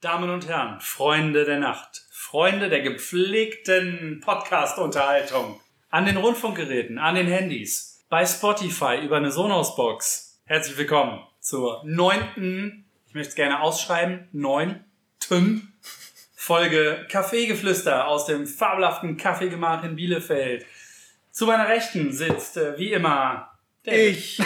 Damen und Herren, Freunde der Nacht, Freunde der gepflegten Podcast-Unterhaltung, an den Rundfunkgeräten, an den Handys, bei Spotify über eine Sonos-Box. Herzlich willkommen zur neunten, ich möchte es gerne ausschreiben, neunten Folge Kaffeegeflüster aus dem fabelhaften Kaffeegemach in Bielefeld. Zu meiner Rechten sitzt, äh, wie immer, David. Ich.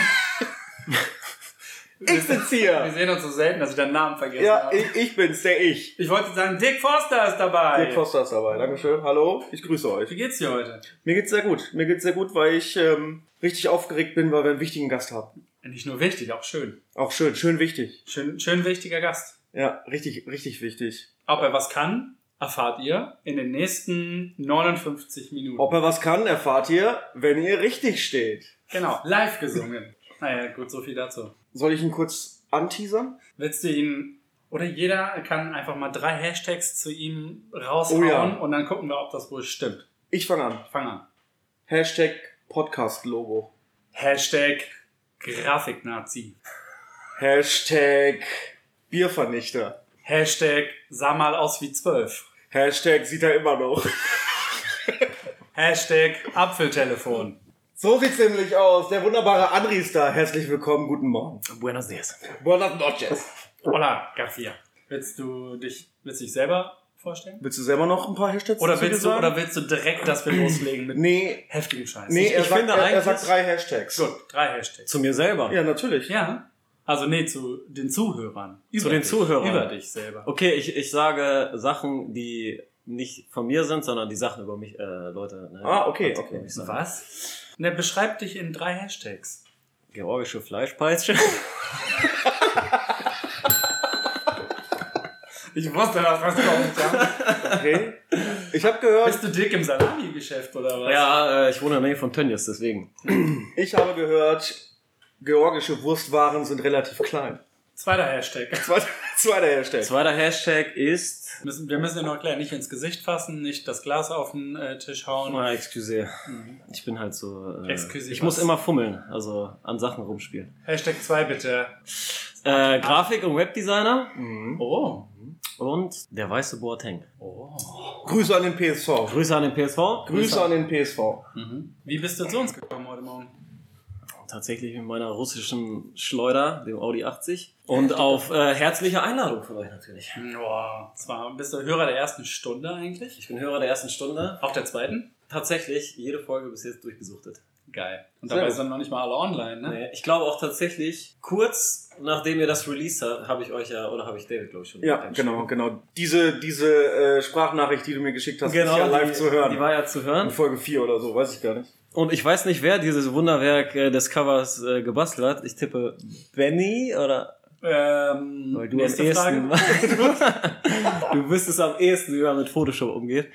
ich sitze Wir hier. sehen uns so selten, dass ich deinen Namen vergessen Ja, habe. Ich, ich, ich bin's, der Ich. wollte sagen, Dick Forster ist dabei. Dirk Foster ist dabei. Dankeschön. Hallo, ich grüße Wie euch. geht's dir heute? Mir geht's sehr gut. Mir geht's sehr gut, weil ich ähm, richtig aufgeregt bin, weil wir einen wichtigen Gast haben. Nicht nur wichtig, auch schön. Auch schön, schön wichtig. Schön, schön wichtiger Gast. Ja, richtig, richtig wichtig. Ob er was kann, erfahrt ihr in den nächsten 59 Minuten. Ob er was kann, erfahrt ihr, wenn ihr richtig steht. Genau, live gesungen. naja, gut, so viel dazu. Soll ich ihn kurz anteasern? Willst du ihn, oder jeder kann einfach mal drei Hashtags zu ihm raushauen Oh ja. und dann gucken wir, ob das wohl stimmt. Ich fange an. Fang an. Hashtag Podcast-Logo. Hashtag Grafiknazi. Hashtag Biervernichter. Hashtag sah mal aus wie 12. Hashtag sieht er immer noch. Hashtag Apfeltelefon. So sieht's nämlich aus. Der wunderbare Andri ist da. Herzlich willkommen, guten Morgen. Buenos dias. Buenas noches. Hola, Garcia. Willst du dich, willst du dich selber vorstellen? Willst du selber noch ein paar Hashtags Oder dazu willst, du, sagen? oder willst du direkt, dass wir loslegen mit Nee, heftigem Scheiß? nee ich, er, ich sagt, finde er, er eigentlich. sagt drei Hashtags. gut, drei Hashtags. Zu mir selber. Ja, natürlich. ja. Also nee, zu den Zuhörern. Zu den dich, Zuhörern. Über dich selber. Okay, ich, ich sage Sachen, die nicht von mir sind, sondern die Sachen über mich, äh, Leute. Ne? Ah, okay, Also, okay. ich sag, Was? Ne, beschreib dich in drei Hashtags. Georgische Fleischpeitsche. Ich wusste, dass das kommt. Ja. Okay. Ich habe gehört, Bist du dick im Salami-Geschäft oder was? ja, äh, ich wohne in der Nähe von Tönnies, deswegen. ich habe gehört, georgische Wurstwaren sind relativ klein. Zweiter Hashtag. Zweiter, zweiter Hashtag. Zweiter Hashtag ist. Müssen, wir müssen dir noch erklären, nicht ins Gesicht fassen, nicht das Glas auf den äh, Tisch hauen. Ah, excuse. Mhm. Ich bin halt so. Äh, Excuse ich was? muss immer fummeln, also an Sachen rumspielen. Hashtag 2 bitte. Äh, Grafik und Webdesigner Mhm. Oh. und der weiße Boateng. Oh. Grüße an den PSV. Grüße an den PSV. Grüße an den PSV. Mhm. Wie bist du zu uns gekommen heute Morgen? Tatsächlich mit meiner russischen Schleuder, dem Audi 80. Und auf äh, herzliche Einladung von euch natürlich. Boah. Zwar bist du Hörer der ersten Stunde eigentlich? Ich bin Hörer der ersten Stunde. Auch der zweiten? Tatsächlich jede Folge bis jetzt durchgesuchtet. Geil. Und Sehr dabei gut. sind noch nicht mal alle online, ne? Nee, Ich glaube auch tatsächlich, kurz nachdem ihr das released habt, habe ich euch ja, oder habe ich David, glaube ich, schon Ja, eingeschickt. genau, genau. Diese, diese äh, Sprachnachricht, die du mir geschickt hast, Genau, ist ja live die, zu hören. Die war ja zu in hören. Folge 4 oder so, weiß ich gar nicht. Und ich weiß nicht, wer dieses Wunderwerk äh, des Covers äh, gebastelt hat. Ich tippe Benny oder Ähm, weil du am ehesten du wüsstest am ehesten, wie man mit Photoshop umgeht.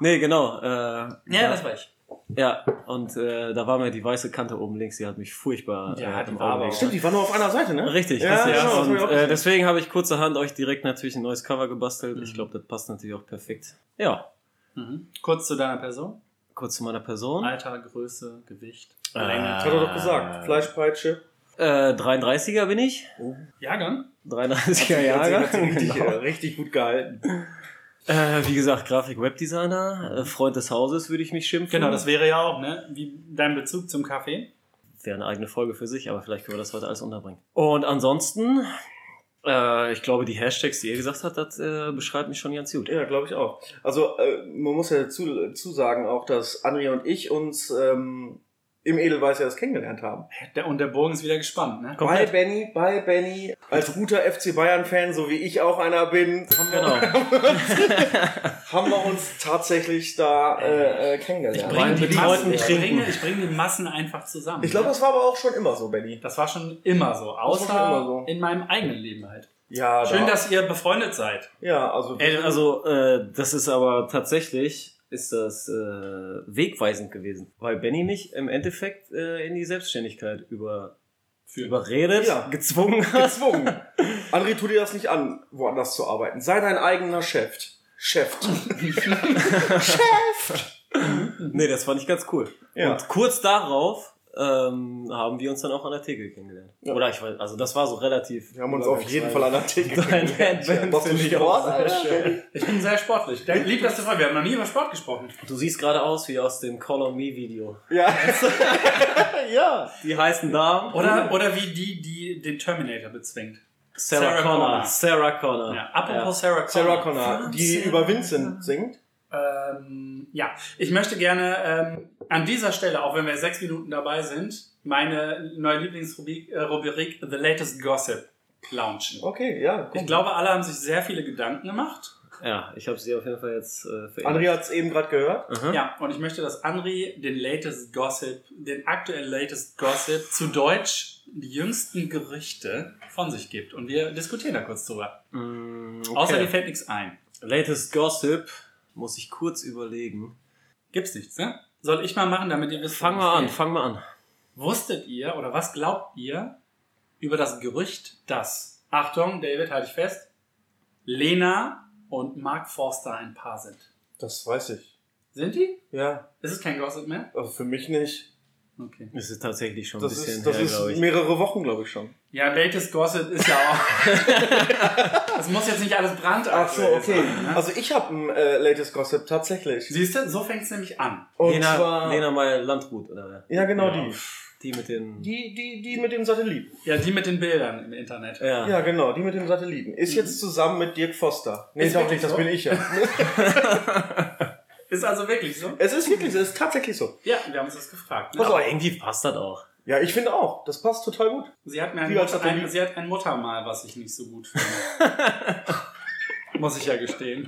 Nee, genau. Äh, ja, Ja, das war ich. ja, und äh, da war mir die weiße Kante oben links, die hat mich furchtbar Ja, äh, die im war aber Augenblick. auch- Stimmt, die war nur auf einer Seite, ne? Richtig, ja, richtig. Genau, das hab ich auch und äh, gesehen. deswegen habe ich kurzerhand euch direkt natürlich ein neues Cover gebastelt. Ich Mhm. glaube, das passt natürlich auch perfekt. Ja, Mhm. Kurz zu deiner Person. kurz zu meiner Person. Alter, Größe, Gewicht, Ah. Länge. Das hat er doch gesagt. Fleischpeitsche. Äh, 33er bin ich. Jahrgang? 33er Ja, Jahre. hat sie richtig, äh, Oh. Genau. richtig gut gehalten. Äh, wie gesagt, Grafik-Webdesigner, äh, Freund des Hauses würde ich mich schimpfen. Genau, das wäre ja auch, ne? Wie dein Bezug zum Kaffee. wäre eine eigene Folge für sich, aber vielleicht können wir das heute alles unterbringen. Und ansonsten, äh, ich glaube, die Hashtags, die ihr gesagt habt, das äh, beschreibt mich schon ganz gut. Ja, glaube ich auch. Also äh, man muss ja dazu, dazu sagen auch, dass Andrea und ich uns ähm, im Edelweiß ja das kennengelernt haben. Der, und der Bogen ist wieder gespannt, ne? Bei Benny, bei Benny. Als guter FC Bayern-Fan, so wie ich auch einer bin, haben wir, Genau. haben wir uns tatsächlich da äh, äh, kennengelernt. bring- Wein die mit Massen, Leuten ich, trinken. bringe, ich bringe die Massen einfach zusammen. ich glaube, das war aber auch schon immer so, Benny. Das war schon immer so, war schon außer immer so. in meinem eigenen Leben halt. Ja, Schön, da, dass ihr befreundet seid. ja, also Ey, also, äh, das ist aber tatsächlich, ist das äh, wegweisend gewesen, weil Benny mich im Endeffekt äh, in die Selbstständigkeit über, Für überredet, Ja. gezwungen hat. gezwungen. André, tu dir das nicht an, woanders zu arbeiten. Sei dein eigener Chef. Chef. nee, das fand ich ganz cool. Ja. Und kurz darauf äh, ähm, haben wir uns dann auch an der Theke kennengelernt. Oder ich weiß, also das war so relativ. Wir haben uns auf jeden Fall an der Theke Dein Headband Was für finde ich Sport, auch Alter. sehr schön. Ich bin sehr sportlich. Der liebt das Fall. Wir haben noch nie über Sport gesprochen. Du siehst gerade aus wie aus dem Call on Me Video. Ja. ja. Die heißen Namen. Oder, oder wie die, die den Terminator bezwingt. Sarah Sarah, Connor. Connor. Sarah Connor. Ja, apropos Sarah Connor. Sarah Connor, die über Vincent singt. Ähm, ja, ich möchte gerne ähm, an dieser Stelle, auch wenn wir sechs Minuten dabei sind, meine neue Lieblingsrubrik äh, Rubrik The Latest Gossip launchen. Okay, ja. komm. Ich glaube, alle haben sich sehr viele Gedanken gemacht. Ja, ja ich habe sie auf jeden Fall jetzt äh, verändert. Andrea hat es eben gerade gehört. Aha. Ja, und ich möchte, dass André den latest Gossip, den aktuellen latest Gossip, zu Deutsch die jüngsten Gerüchte von sich gibt. Und wir diskutieren da kurz drüber. Mm, okay. Außer dir fällt nichts ein. Latest Gossip muss ich kurz überlegen. Gibt's nichts, ne? Soll ich mal machen, damit ihr wisst, Fang worum mal es an, geht? fang mal an. Wusstet ihr oder was glaubt ihr über das Gerücht, dass, Achtung, David, halte ich fest, Lena und Mark Forster ein Paar sind? Das weiß ich. Sind die? Ja. Ist es kein Gossip mehr? Also für mich nicht. Okay. Das ist tatsächlich schon Das ein bisschen ist, das her, glaube ist ich. mehrere Wochen, glaube ich, schon. Ja, latest Gossip ist ja auch. das muss jetzt nicht alles brandaktuell Ach so, okay. sein. Ne? Also ich habe ein äh, Latest Gossip tatsächlich. Siehst du, so fängt's nämlich an. Und Lena, zwar. Lena Meyer Landrut, oder wer? Ja, genau Ja. die. Die mit den. Die, die, die mit dem Satelliten. Ja, die mit den Bildern im Internet. ja. Ja, genau, die mit dem Satelliten. Ist jetzt zusammen mit Dirk Foster. Nee, Ist doch wirklich nicht, das so? bin ich ja. Ist also wirklich so? es ist wirklich so, es ist tatsächlich so. Ja, wir haben uns das gefragt. Ne? Pass Aber auf. irgendwie passt das auch. Ja, ich finde auch. Das passt total gut. Sie hat mir ein, Wie als Mut- Satellit. ein, sie hat ein Muttermal, was ich nicht so gut finde. Muss ich ja gestehen.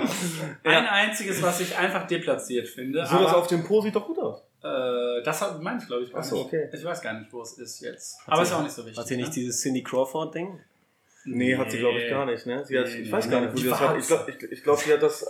Ein einziges, was ich einfach deplatziert finde. So das aber, auf dem Po sieht doch gut aus. äh, das hat- meint, glaube ich, gar Ach so, nicht. okay. Ich weiß gar nicht, wo es ist jetzt. Hat aber sie- ist auch nicht so wichtig. Hat sie nicht ne? dieses Cindy Crawford-Ding? Nee, hat sie, glaube ich, Nee. gar nicht, ne? Sie hat, Nee, ich weiß nee, gar nee. nicht, wo sie Die das hat. Ich war's. glaube, ich, ich glaub, sie hat das.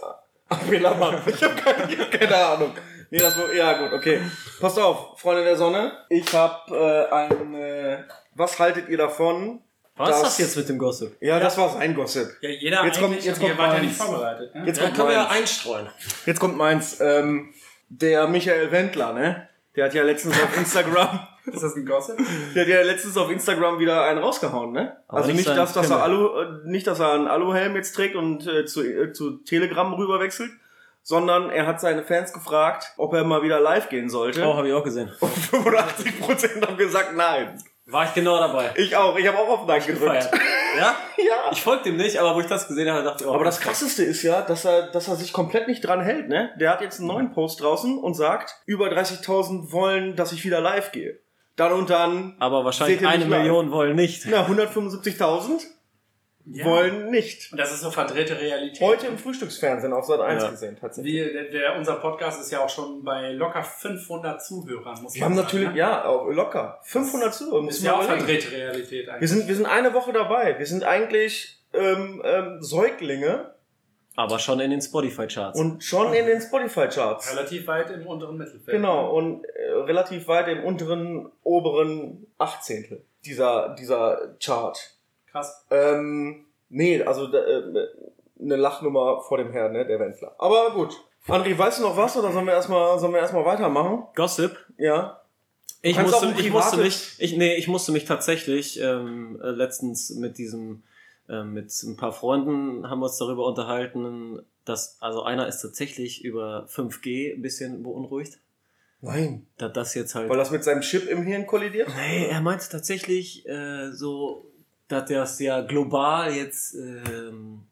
Abela Mann. Ich habe keine, ich hab keine Ahnung. Nee, das war. Ja, gut, okay. Passt auf, Freunde der Sonne. Ich habe äh, ein. Äh, was haltet ihr davon? Was ist Das- das jetzt mit dem Gossip? Ja, das war sein Gossip. Ja, jeder Jetzt jetzt kommt- eigentlich, jetzt jetzt ihr kommt wart ja meins. nicht vorbereitet. Ne? Jetzt kommt meins. einstreuen. Jetzt kommt meins. Ähm, der Michael Wendler, ne? Der hat ja letztens auf Instagram, ist das ein Gossip? der hat ja letztens auf Instagram wieder einen rausgehauen, ne? Aber also nicht nicht, seinen dass, dass er Pimmel. Alu, äh, nicht, dass er einen Aluhelm jetzt trägt und äh, zu, äh, zu Telegram rüberwechselt, sondern er hat seine Fans gefragt, ob er mal wieder live gehen sollte. Oh, habe ich auch gesehen. Und 85% haben gesagt, nein. War ich genau dabei. Ich auch. Ich habe auch auf Nein gedrückt. Feiert. Ja? Ja. Ich folgte ihm nicht, aber wo ich das gesehen habe, dachte ich, oh, Aber das Krasseste ist ja, dass er, dass er sich komplett nicht dran hält, ne? Der hat jetzt einen neuen Post draußen und sagt, über 30.000 wollen, dass ich wieder live gehe. Dann und dann, aber wahrscheinlich Seht ihr nicht eine live? Million wollen nicht. na, 175.000 Ja. wollen nicht. Und das ist so verdrehte Realität. Heute im Frühstücksfernsehen auf Sat 1 Ja. gesehen, tatsächlich. Wir, der, der, unser Podcast ist ja auch schon bei locker 500 Zuhörern. Muss Wir haben man natürlich, sagen, ja, auch locker. 500 Zuhörer, ne? muss Ist man ja auch überlegen. verdrehte Realität Wir eigentlich. sind, wir sind eine Woche dabei. Wir sind eigentlich ähm, ähm, Säuglinge Aber schon in den Spotify-Charts. und schon in den Spotify-Charts. Relativ weit im unteren Mittelfeld. Genau, und äh, relativ weit im unteren, oberen Achtzehntel dieser, dieser Chart. Krass. Ähm, nee, also da, äh, eine Lachnummer vor dem Herrn, ne, der Wendler. Aber gut. André, weißt du noch was oder sollen wir erstmal, sollen wir erstmal weitermachen? Gossip. Ja. Ich Kannst musste, auch ein ich musste privates- mich, ich, nee, ich musste mich tatsächlich ähm, äh, letztens mit diesem, ähm, mit ein paar Freunden haben wir uns darüber unterhalten, dass, also einer ist tatsächlich über 5G ein bisschen beunruhigt, Nein. da das jetzt halt. Weil das mit seinem Chip im Hirn kollidiert? Nee, er meinte tatsächlich äh, so, dass das ja global jetzt ähm,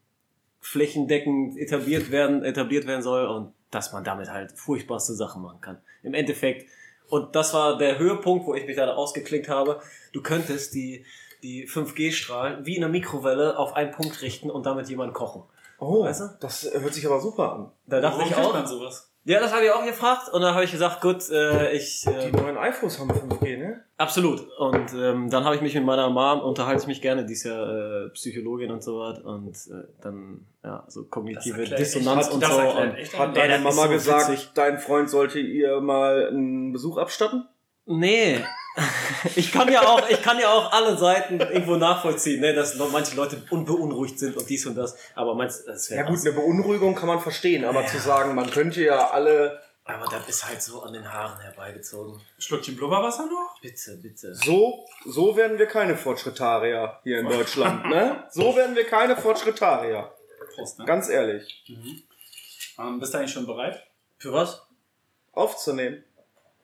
flächendeckend etabliert werden, etabliert werden soll und dass man damit halt furchtbarste Sachen machen kann. Im Endeffekt. Und das war der Höhepunkt, wo ich mich da ausgeklickt habe. Du könntest die, die 5G-Strahlen wie in einer Mikrowelle auf einen Punkt richten und damit jemanden kochen. Oh, Weißt du? das hört sich aber super an. Da dachte Warum ich kriegt auch. man sowas? Ja, das habe ich auch gefragt. Und dann habe ich gesagt, gut, äh, ich. Die Äh, neuen iPhones haben 5G, ne? Absolut. Und ähm, dann habe ich mich mit meiner Mom, unterhalte ich mich gerne, die ist ja äh, Psychologin und so was und äh, dann, ja, so kognitive erklärt Dissonanz echt- und das so. erklärt Und, echt Hat einiges. Ey, deine das ist Mama so gesagt, witzig. dein Freund sollte ihr mal einen Besuch abstatten? nee. Ich kann ja auch, ich kann ja auch alle Seiten irgendwo nachvollziehen, ne, dass noch manche Leute unbeunruhigt sind und dies und das. Aber meinst, das Ja wäre gut, eine Beunruhigung kann man verstehen, aber zu sagen, man könnte ja alle Aber das ist halt so an den Haaren herbeigezogen. Schlückchen Blubberwasser noch? Bitte, bitte. So, so werden wir keine Fortschrittarier hier in Deutschland, ne? So werden wir keine Fortschrittarier. Prost, ne? Ganz ehrlich. Ähm, bist du eigentlich schon bereit? Für was? Aufzunehmen.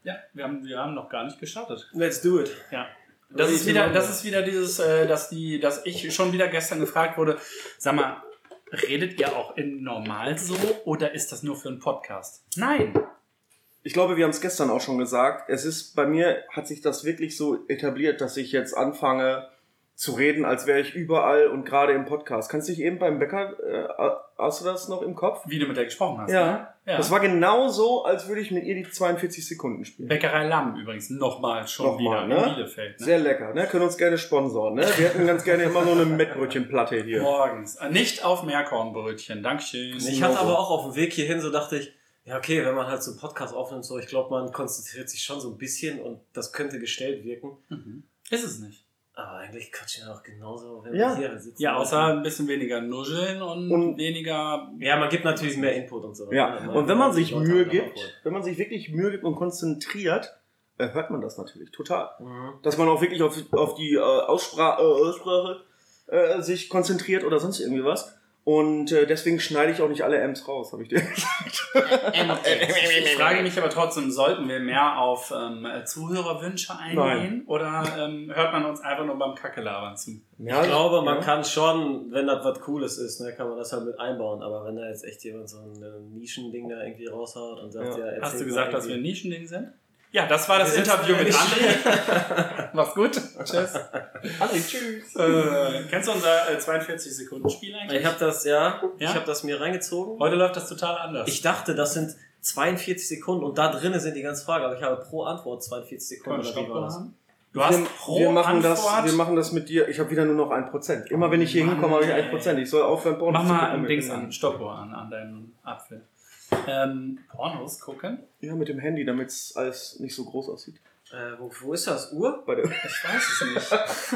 Ja, wir haben, wir haben noch gar nicht gestartet. Let's do it. Ja. Das ist wieder, das ist wieder dieses, äh, dass die, dass ich schon wieder gestern gefragt wurde, sag mal, redet ihr auch in normal so oder ist das nur für einen Podcast? Nein. Ich glaube, wir haben es gestern auch schon gesagt. Es ist bei mir hat sich das wirklich so etabliert, dass ich jetzt anfange zu reden, als wäre ich überall und gerade im Podcast. Kannst du dich eben beim Bäcker, äh, hast du das noch im Kopf? Wie du mit der gesprochen hast. ne? Ja. ja. Das war genau so, als würde ich mit ihr die 42 Sekunden spielen. Bäckerei Lamm übrigens nochmal schon Nochmal, wieder ne? in Bielefeld. Ne? Sehr lecker, ne? Können uns gerne sponsoren, ne? Wir hätten ganz gerne immer so eine Mettbrötchenplatte hier. Morgens. Äh, Nicht auf Meerkornbrötchen. Dankeschön. Ich hatte aber auch auf dem Weg hierhin so dachte ich, ja okay, wenn man halt so einen Podcast aufnimmt, so ich glaube, man konzentriert sich schon so ein bisschen und das könnte gestellt wirken. Mhm. Ist es nicht. Aber eigentlich quatschen wir auch genauso, wenn Ja. wir hier sitzen. Ja, außer ein bisschen weniger Nuscheln und, Und- weniger. Ja, man gibt natürlich mehr Input und so. Ja, ne? und wenn man sich die Leute Mühe halt gibt, abholt. wenn man sich wirklich Mühe gibt und konzentriert, äh, hört man das natürlich total. Mhm. Dass man auch wirklich auf, auf die äh, Aussprache, äh, Aussprache äh, sich konzentriert oder sonst irgendwie was. Und äh, deswegen schneide ich auch nicht alle M's raus, habe ich dir Ich frage mich aber trotzdem, sollten wir mehr auf ähm, Zuhörerwünsche eingehen oder ähm, hört man uns einfach nur beim Kackelabern zu? Ja, Ich glaube, man ja. kann schon, wenn das was Cooles ist, ne, kann man das halt mit einbauen. Aber wenn da jetzt echt jemand so ein äh, Nischending da irgendwie raushaut und sagt, ja, Ja. ja Hast erzähl du gesagt, mal dass wir ein irgendwie- Nischending sind? Ja, das war das Wir sitzen Interview mit ehrlich. André. Mach's gut. Tschüss. Alles, tschüss. Äh, kennst du unser äh, 42-Sekunden-Spiel eigentlich? Ich habe das, ja, Ja? ich habe das mir reingezogen. Heute läuft das total anders. Ich dachte, das sind 42 Sekunden und da drinnen sind die ganzen Fragen, aber ich habe pro Antwort 42 Können Sekunden. wir Oder wie Stopp war das? machen? Du hast wir, pro wir machen Antwort. Oh das, wir machen das mit dir. Ich habe wieder nur noch 1%. Immer wenn ich hier Mann, hinkomme, habe ich ey. 1%. Ich soll aufhören, Pornos Mach mal gucken ein mit Dings dem- an, Stoppuhr an, an deinem Apfel. Ähm, Pornos gucken? Ja, mit dem Handy, damit es alles nicht so groß aussieht. Äh, wo, wo ist das? Uhr? Bei der Ich weiß es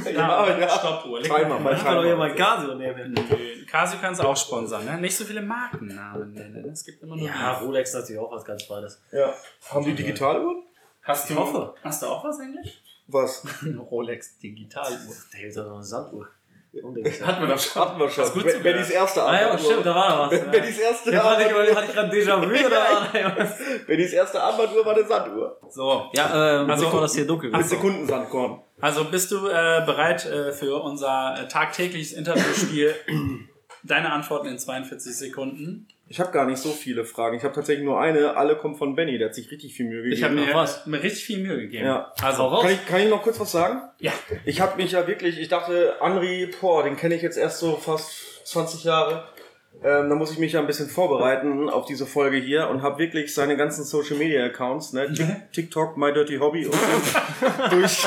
nicht. Ja, ja, ja. Stoppuhr. Leg Timer, mal. bei Da kann doch Timer. jemand Casio nehmen. Nö. Casio kannst du auch sponsern, ne? Nicht so viele Markennamen nennen. Es gibt immer nur. Ja, Rolex ist natürlich auch was ganz Feines. Ja. Haben die Digitaluhren? Hast du, Ich hoffe. hast du auch was eigentlich? Was? Eine Rolex Digitaluhr. Der hält doch noch eine Sanduhr. Hatten wir doch schon. Hatten wir schon. Hast gut Be- zugehört. Bennys erste Ah ja, Armbanduhr. stimmt, da war Be- was. Bennys erste Ja, warte, Armbanduhr. ich hatte gerade Déjà-vu oder was? Bennys erste Armbanduhr war eine Sanduhr. So. Ja, ähm, Also- bevor das hier dunkel Mit wird. Sekundensandkorn. Also bist du äh, bereit äh, für unser äh, tagtägliches Interviewspiel? Deine Antworten in 42 Sekunden. Ich habe gar nicht so viele Fragen. Ich habe tatsächlich nur eine. Alle kommen von Benny. Der hat sich richtig viel Mühe gegeben. Ich habe mir, noch was. mir richtig viel Mühe gegeben. Ja. Also Hau raus. kann ich, kann ich noch kurz was sagen? Ja. Ich habe mich ja wirklich, ich dachte, Anri, boah, den kenne ich jetzt erst so fast 20 Jahre. Ähm, da muss ich mich ja ein bisschen vorbereiten auf diese Folge hier und habe wirklich seine ganzen Social Media Accounts, ne, Mhm. Tik- TikTok, My Dirty Hobby und so durch,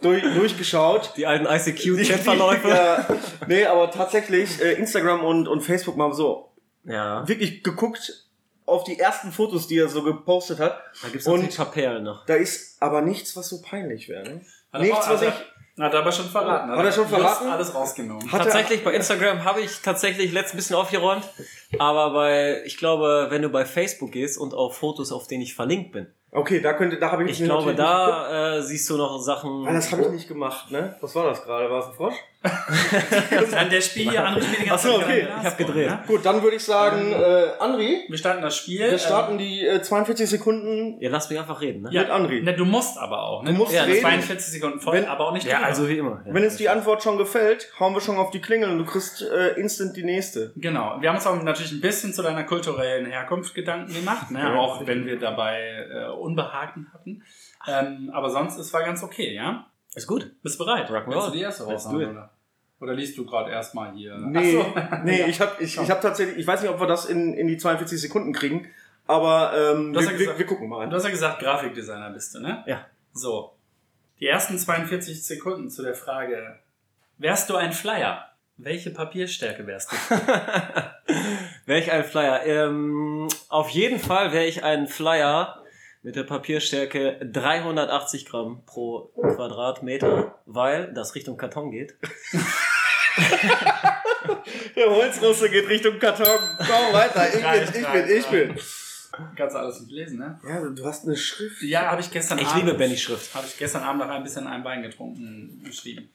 durch, durchgeschaut. Die alten ICQ-Chatverläufe. Ja, nee, aber tatsächlich, äh, Instagram und, und Facebook mal so Ja, wirklich geguckt auf die ersten Fotos, die er so gepostet hat. da gibt's Und- natürlich Chapelle noch. Da ist aber nichts, was so peinlich wäre. Ne? Hat er Nichts, auch- also was hat ich. er- Hat er aber schon verraten. Hat er schon just verraten? alles rausgenommen. Hat er- Tatsächlich, bei Instagram habe ich tatsächlich letztens ein bisschen aufgeräumt, aber bei, ich glaube, wenn du bei Facebook gehst und auf Fotos, auf denen ich verlinkt bin, Okay, da könnte, da habe ich ich mir glaube, natürlich nicht da äh, siehst du noch Sachen. Ah, das habe ich nicht gemacht, ne? Was war das gerade? War es ein Frosch? An der Spiel hier, andere Spiele die ganze Ach so, Zeit okay. mit einem Glas Ich hab gedreht. voll, ne? Gut, dann würde ich sagen, Ähm, äh, Anri, Wir starten das Spiel. ähm, wir starten die äh, 42 Sekunden. ja, lass mich einfach reden, ne? ja, mit André. Ne, du musst aber auch. Ne? Du musst ja, reden. 42 Sekunden voll, Wenn- aber auch nicht Ja, drüber. also wie immer. Ja. Wenn uns die Antwort schon gefällt, hauen wir schon auf die Klingel und du kriegst äh, instant die nächste. Genau. Wir haben uns auch natürlich ein bisschen zu deiner kulturellen Herkunft Gedanken gemacht, ne? Ja. auch wenn wir dabei äh, Unbehagen hatten. Ähm, aber sonst, es war ganz okay, ja? Ist gut. Bist du bereit? Rock'n'roll. Willst du die erste Let's raushauen, do it. oder? Oder liest du gerade erstmal hier? Nee, Ach so. nee, ich habe ich, ich hab tatsächlich, ich weiß nicht, ob wir das in, in die 42 Sekunden kriegen, aber ähm, Du hast wir, ja wir, gesagt- wir gucken mal Du an. hast ja gesagt, Grafikdesigner bist du, ne? Ja. So. Die ersten 42 Sekunden zu der Frage: Wärst du ein Flyer? Welche Papierstärke wärst du? Wäre ich ein Flyer? Ähm, auf jeden Fall wäre ich ein Flyer mit der Papierstärke 380 Gramm pro Quadratmeter, weil das Richtung Karton geht. Der Holzrusse geht Richtung Karton. Komm weiter, ich bin, ich bin, ich bin. Kannst du alles nicht lesen, ne? Ja, du hast eine Schrift. Ja, habe ich gestern Ich Abend. liebe Bennys Schrift. Habe ich gestern Abend noch ein bisschen ein Bein getrunken geschrieben.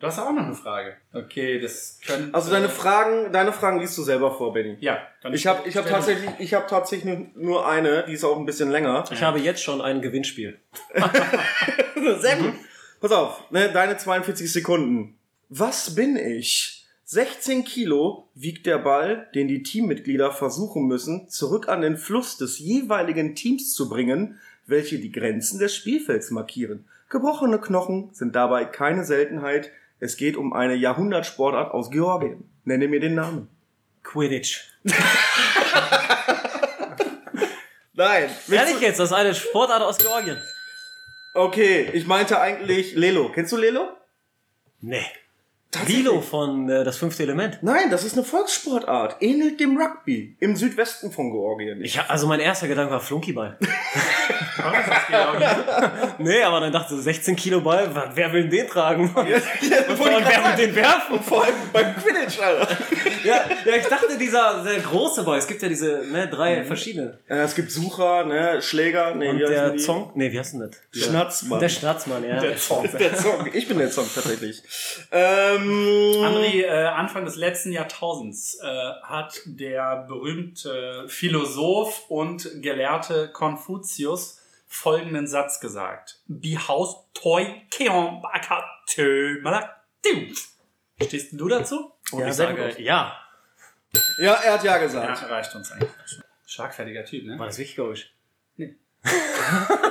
Du hast auch noch eine Frage. Okay, das können. Also deine Fragen, deine Fragen liest du selber vor, Benny. Ja, dann Ich habe ich hab stell- tatsächlich, ich hab tatsächlich nur eine, die ist auch ein bisschen länger. Ich habe jetzt schon ein Gewinnspiel. Sehr gut. Mhm. Pass auf, ne, deine 42 Sekunden. Was bin ich? 16 Kilo wiegt der Ball, den die Teammitglieder versuchen müssen, zurück an den Fluss des jeweiligen Teams zu bringen, welche die Grenzen des Spielfelds markieren. Gebrochene Knochen sind dabei keine Seltenheit. Es geht um eine Jahrhundertsportart aus Georgien. Nenne mir den Namen. Quidditch. Nein. Ehrlich jetzt, das ist eine Sportart aus Georgien. Okay, ich meinte eigentlich Lelo. Kennst du Lelo? Nee. Lilo von äh, Das fünfte Element. Nein, das ist eine Volkssportart. Ähnelt dem Rugby im Südwesten von Georgien. Ich, hab- also mein erster Gedanke war Flunkyball. Komm, das ist Georgien. nee, aber dann dachte ich, 16 Kilo Ball, wa- wer will denn den tragen? Ja, Und wer will den werfen? Vor allem beim Quidditch, Alter. Ja, ja, ich dachte, dieser der große Ball. Es gibt ja diese ne, drei verschiedene. Äh, es gibt Sucher, ne, Schläger, ne, Und wie heißen der die? Zong. Nee, wie heißt denn das? Der Schnatzmann. Der Schnatzmann, ja. Der Zorn. Der Zong. Ich bin der Zong tatsächlich. Ähm, André, äh, Anfang des letzten Jahrtausends äh, hat der berühmte Philosoph und Gelehrte Konfuzius folgenden Satz gesagt. Bihaus toi keon baka tö malak tü." Stehst du dazu? Und ja, ich sehr sage, gut. ja. Ja, er hat ja ja, gesagt. reicht uns eigentlich. Schlagfertiger Typ, ne? War das wichtig, glaube ich.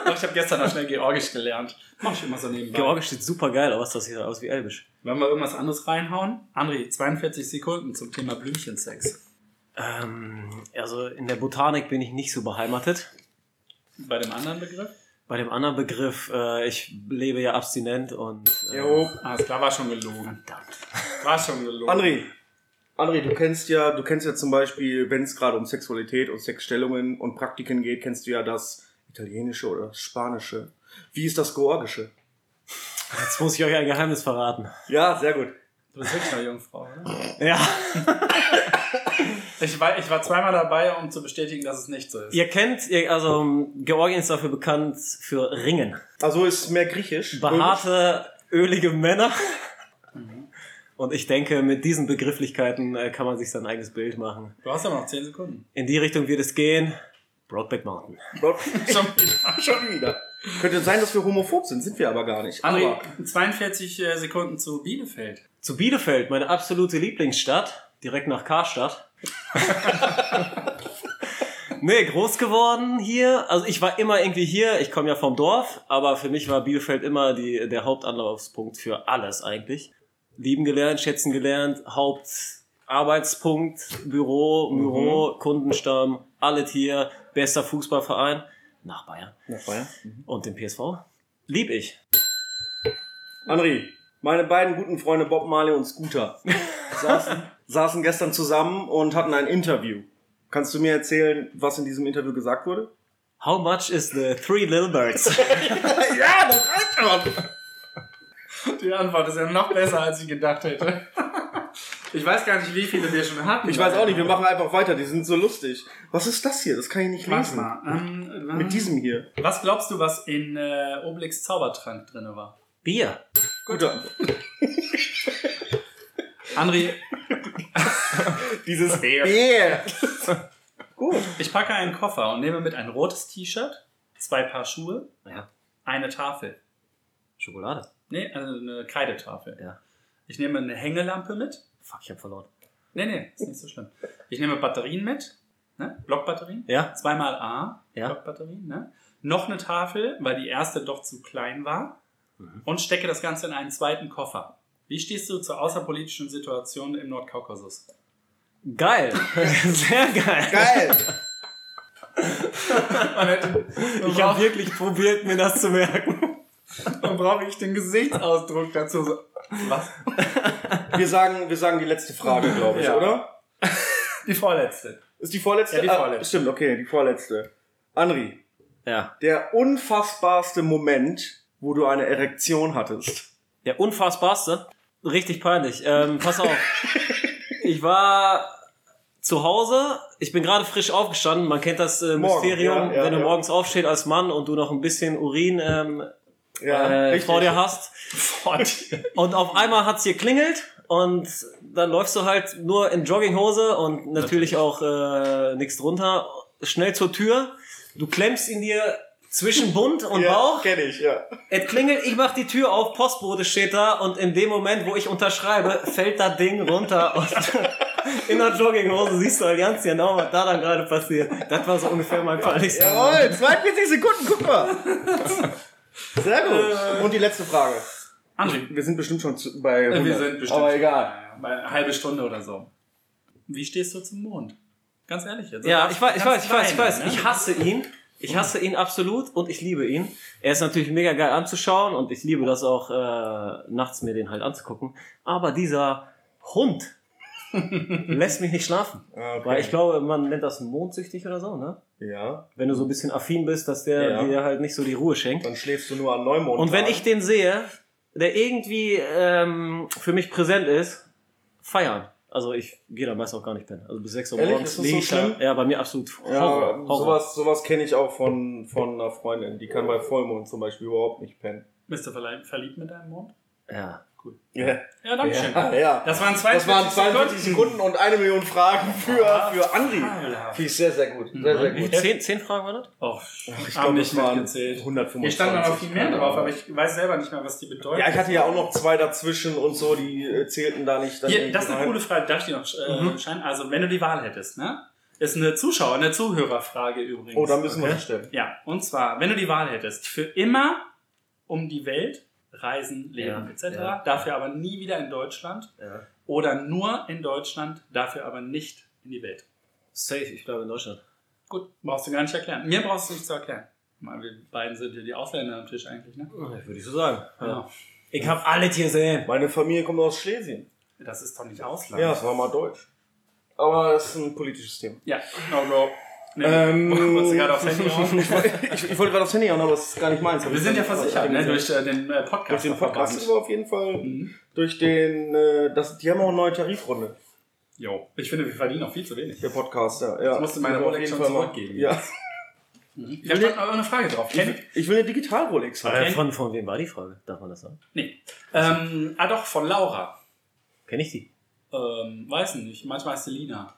Doch, ich habe gestern noch schnell Georgisch gelernt. Mach ich immer so nebenbei. Georgisch sieht super geil aus, das sieht aus wie Elbisch. Wollen wir irgendwas anderes reinhauen? André, 42 Sekunden zum Thema Blümchensex. Ähm, also in der Botanik bin ich nicht so beheimatet. Bei dem anderen Begriff? Bei dem anderen Begriff, äh, ich lebe ja abstinent und. Äh, Jo. Ah, klar, war schon gelogen. Verdammt. War schon gelogen. André. André, du kennst ja, du kennst ja zum Beispiel, wenn es gerade um Sexualität und Sexstellungen und Praktiken geht, kennst du ja das Italienische oder Spanische. Wie ist das Georgische? Jetzt muss ich euch ein Geheimnis verraten. Ja, sehr gut. Du bist wirklich eine Jungfrau, oder? Ja. Ich war, ich war zweimal dabei, um zu bestätigen, dass es nicht so ist. Ihr kennt, ihr, also Georgien ist dafür bekannt für Ringen. Also ist mehr griechisch. Behaarte, ölige Männer. Mhm. Und ich denke, mit diesen Begrifflichkeiten äh, kann man sich sein eigenes Bild machen. Du hast aber noch 10 Sekunden. In die Richtung wird es gehen. Broadback Mountain. Schon wieder. Schon wieder. Könnte sein, dass wir homophob sind, sind wir aber gar nicht. André, aber 42 äh, Sekunden zu Bielefeld. Zu Bielefeld, meine absolute Lieblingsstadt, direkt nach Karstadt. nee, groß geworden hier. Also ich war immer irgendwie hier, ich komme ja vom Dorf, aber für mich war Bielefeld immer die, der Hauptanlaufspunkt für alles eigentlich. Lieben gelernt, schätzen gelernt, Hauptarbeitspunkt, Büro, Büro, Kundenstamm, alles hier, bester Fußballverein nach Bayern Na, Feuer. und dem PSV. Lieb ich. André, meine beiden guten Freunde Bob Marley und Scooter saßen, saßen gestern zusammen und hatten ein Interview. Kannst du mir erzählen, was in diesem Interview gesagt wurde? How much is the three little birds? ja, das reicht schon. Die Antwort ist ja noch besser, als ich gedacht hätte. Ich weiß gar nicht, wie viele wir schon hatten. Ich weiß auch nicht, wir machen einfach weiter, die sind so lustig. Was ist das hier? Das kann ich nicht Warte lesen. mal. Ähm, Mit diesem hier. was glaubst du, was in äh, Obelix Zaubertrank drin war? Bier. Gute Antwort. André, Dieses Bär. Gut. ich packe einen Koffer und nehme mit ein rotes T-Shirt, zwei Paar Schuhe, Ja, eine Tafel. Schokolade. Nee, also eine Kreidetafel. Ja. Ich nehme eine Hängelampe mit. Fuck, ich hab verloren. Nee, nee, ist nicht so schlimm. Ich nehme Batterien mit, ne? Blockbatterien. Ja? Zweimal A, Ja. Blockbatterien, ne? Noch eine Tafel, weil die erste doch zu klein war. Mhm. Und stecke das Ganze in einen zweiten Koffer. Wie stehst du zur außerpolitischen Situation im Nordkaukasus? Geil. Sehr geil. Geil. Man hätte- man Ich habe braucht- wirklich probiert, mir das zu merken. man brauche ich den Gesichtsausdruck dazu. So. Was? Wir sagen, wir sagen die letzte Frage, glaube ich, Ja. oder? Die vorletzte. Ist die vorletzte? Ja, die Ah, vorletzte. stimmt, okay, die vorletzte. Anri, Ja. der unfassbarste Moment, wo du eine Erektion hattest. Der unfassbarste. Richtig peinlich. Ähm, pass auf. Ich war zu Hause, ich bin gerade frisch aufgestanden, man kennt das äh, Morgen, Mysterium, ja, ja, wenn du ja. morgens aufstehst als Mann und du noch ein bisschen Urin ähm, Ja, äh, richtig. vor dir hast. Vor dir. Und auf einmal hat's hier klingelt und dann läufst du halt nur in Jogginghose und natürlich auch äh, nichts drunter schnell zur Tür. Du klemmst ihn dir zwischen Bund und ja, Bauch. Kenn ich, ja. Es klingelt, ich mach die Tür auf, Postbote steht da und in dem Moment, wo ich unterschreibe, fällt das Ding runter und in der Jogginghose siehst du halt ganz genau, was da dann gerade passiert. Das war so ungefähr mein peinlichster Moment. Jawohl, 42 Sekunden, guck mal. Sehr Äh. gut. Und die letzte Frage. André, Wir sind bestimmt schon zu, bei 100. wir sind bestimmt. Aber egal. Bei einer halbe Stunde oder so. Wie stehst du zum Mond? Ganz ehrlich jetzt. Ja, ich weiß, ich weiß, Ganz ich weiß, ich klein, weiß. ne? Ich hasse ihn. Ich hasse ihn absolut und ich liebe ihn. Er ist natürlich mega geil anzuschauen und ich liebe das auch äh, nachts mir den halt anzugucken. Aber dieser Hund lässt mich nicht schlafen. Okay. Weil ich glaube, man nennt das mondsüchtig oder so, ne? ja, Wenn du so ein bisschen affin bist, dass der Ja. dir halt nicht so die Ruhe schenkt. dann schläfst du nur an Neumond. Und wenn an. ich den sehe, der irgendwie ähm, für mich präsent ist, feiern. Also ich gehe dann meist auch gar nicht pennen. Also bis 6 Uhr Ehrlich? morgens Ist das liege so ich schlimm? da. Ja, bei mir absolut Ja, Horror. Horror. sowas, sowas kenne ich auch von, von einer Freundin. Die kann bei Vollmond zum Beispiel überhaupt nicht pennen. Bist du verlei- verliebt mit deinem Mond? Ja. Ja, Ja, danke schön. ja. Ah, ja. Das waren 42, Das waren 42 Sekunden und eine Million Fragen für, Ah, für Andri. Fabelhaft. Finde ich sehr, sehr gut. Sehr, sehr gut. Zehn, zehn Fragen war das? Oh, Ich ich glaube, habe Mhm. nicht es waren mitgezählt. 125. Hier standen noch viel mehr keine drauf, Ahnung. aber ich weiß selber nicht mehr, was die bedeuten. Ja, ich hatte ja auch noch zwei dazwischen und so, die äh, zählten da nicht. dann Hier, das ist eine irgendwie coole Frage, darf ich die noch äh, Mhm. scheinen? Also, wenn du die Wahl hättest, ne? Ist eine Zuschauer, eine Zuhörerfrage übrigens. rein. Oh, da müssen wir das stellen. Ja, und zwar, wenn du die Wahl hättest, für immer um die Welt reisen, leben Ja, etc., ja. dafür aber nie wieder in Deutschland Ja. oder nur in Deutschland, dafür aber nicht in die Welt. Safe, ich glaube in Deutschland. Gut, brauchst du gar nicht erklären. Mir brauchst du nicht zu erklären. Mal, wir beiden sind ja die Ausländer am Tisch eigentlich, ne? Genau. Würde ich so sagen. Ja. Ich habe alle Tiere sehen. Meine Familie kommt aus Schlesien. Das ist doch nicht Ausland. Ja, es war mal deutsch. Aber das ist ein politisches Thema. Ja, no go. Nee, Ähm, wolltest du gerade aufs Handy hauen? ich, wollte- ich, ich wollte gerade aufs Handy hauen, aber es ist gar nicht meins. Wir sind ja versichert, ne? Durch äh, den äh, Durch Podcast. den Podcast sind wir auf jeden Fall. Mhm. Durch den, äh, das, die haben auch eine neue Tarifrunde. Jo, ich finde, wir verdienen auch viel zu wenig. Der Podcast, ja. ja. Das musste meine Auf Rolex jeden schon Fall mal- zurückgeben. Ja. Da stand noch eine Frage drauf. Kennt, Ich will eine Digital-Rolex haben. Äh, von, von wem war die Frage? Darf man das sagen? nee. Ähm, ah doch, von Laura. Kenne ich die? Ähm, weiß nicht, manchmal heißt sie Lina.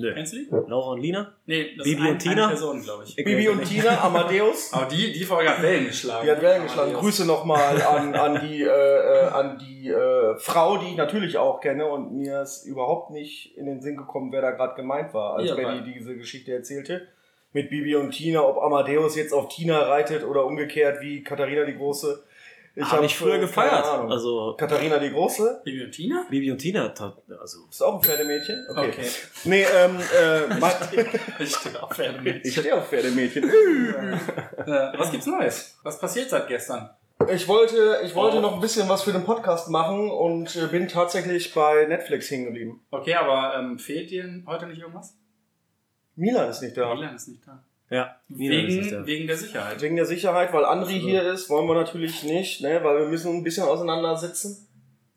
Nö. Kennst du die? Laura und Lina? Nee, das Bibi ist ein, und Tina? eine Person, glaube ich. Bibi und Tina, Amadeus. Aber die, die Folge hat Wellen geschlagen. Die hat Wellen geschlagen. Amadeus. Grüße nochmal an, an die, äh, äh, an die äh, Frau, die ich natürlich auch kenne und mir ist überhaupt nicht in den Sinn gekommen, wer da gerade gemeint war, als Ja, weil- Benny diese Geschichte erzählte. Mit Bibi und Tina, ob Amadeus jetzt auf Tina reitet oder umgekehrt wie Katharina die Große. Ich habe hab, ich früher äh, gefeiert. keine Ahnung. Also Katharina die Große Bibi und Tina? Bibi und Tina, ta- also ist auch ein Pferdemädchen. Okay. Okay. Nee, ähm, äh, Ma- Ich stehe auf Pferdemädchen. ich stehe auf Pferdemädchen. Äh, was gibt's Neues? Was passiert seit gestern? Ich wollte, ich wollte Oh. noch ein bisschen was für den Podcast machen und äh, bin tatsächlich bei Netflix hängen geblieben. Okay, aber ähm, fehlt dir heute nicht irgendwas? Milan ist nicht da. Milan ist nicht da. ja, Nina ist Wegen, nicht da. wegen der Sicherheit. Wegen der Sicherheit, weil Andri hier ist, wollen wir natürlich nicht, ne? weil wir müssen ein bisschen auseinandersitzen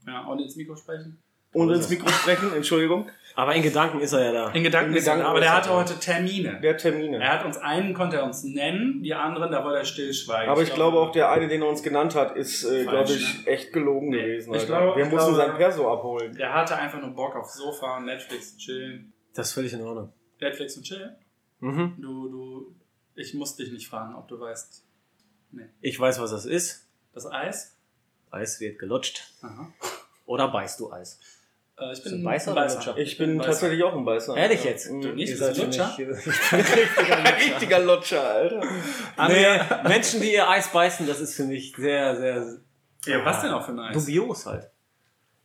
Ja, und ins Mikro sprechen. und ins Mikro sprechen, Entschuldigung. Aber in Gedanken ist er ja da. In Gedanken, In ist er Gedanken da, aber der ist er hatte da. heute Termine. Der Termine. Er hat uns einen, konnte er uns nennen, die anderen, da wollte er stillschweigen. Aber ich glaube auch der eine, den er uns genannt hat, ist, Falsch, äh, glaube ich, echt gelogen Nee. gewesen. Ich Alter. glaube- wir ich mussten glaube- sein Perso abholen. Der hatte einfach nur Bock auf Sofa und Netflix und chillen. Das ist völlig in Ordnung. Netflix und chillen? Mhm. Du, du, ich muss dich nicht fragen, ob du weißt, Ich weiß, was das ist. das Eis? Eis wird gelutscht. Aha. Oder beißt du Eis? Äh, ich du bin ein Beißer Beißer. oder Lutscher? Ich bin Beißer. tatsächlich auch ein Beißer. Ehrlich Alter. jetzt? Du Mhm. nicht, Ihr das seid für Lutscher? mich- Richtiger Lutscher, Alter. Nee, Ah, Menschen, die ihr Eis beißen, das ist für mich sehr, sehr Ja, was denn auch für ein Eis? dubios halt.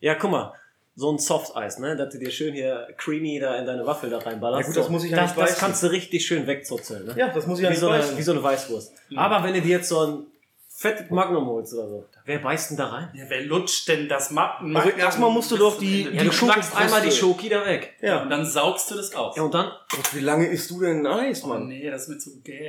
Ja, guck mal, so ein Softeis, ne, dass du dir schön hier creamy da in deine Waffel da reinballerst. Ja, gut, das So, muss ich ja das, nicht Das beißen. kannst du richtig schön wegzuzeln, ne? Ja, das muss ich ja wie, nicht so eine, beißen. wie so eine Weißwurst. Aber wenn du dir jetzt so ein fettes Magnum holst oder so. Wer beißt denn da rein? Ja, wer lutscht denn das Mappen? Also erstmal musst du doch die- Ja, Ja, du Schoko- schnackst einmal die Früchte. Schoki da weg. Ja. und dann saugst du das auf. Ja, und dann? Gott, wie lange isst du denn Eis, Oh Mann? nee, das ist mir zu gäh,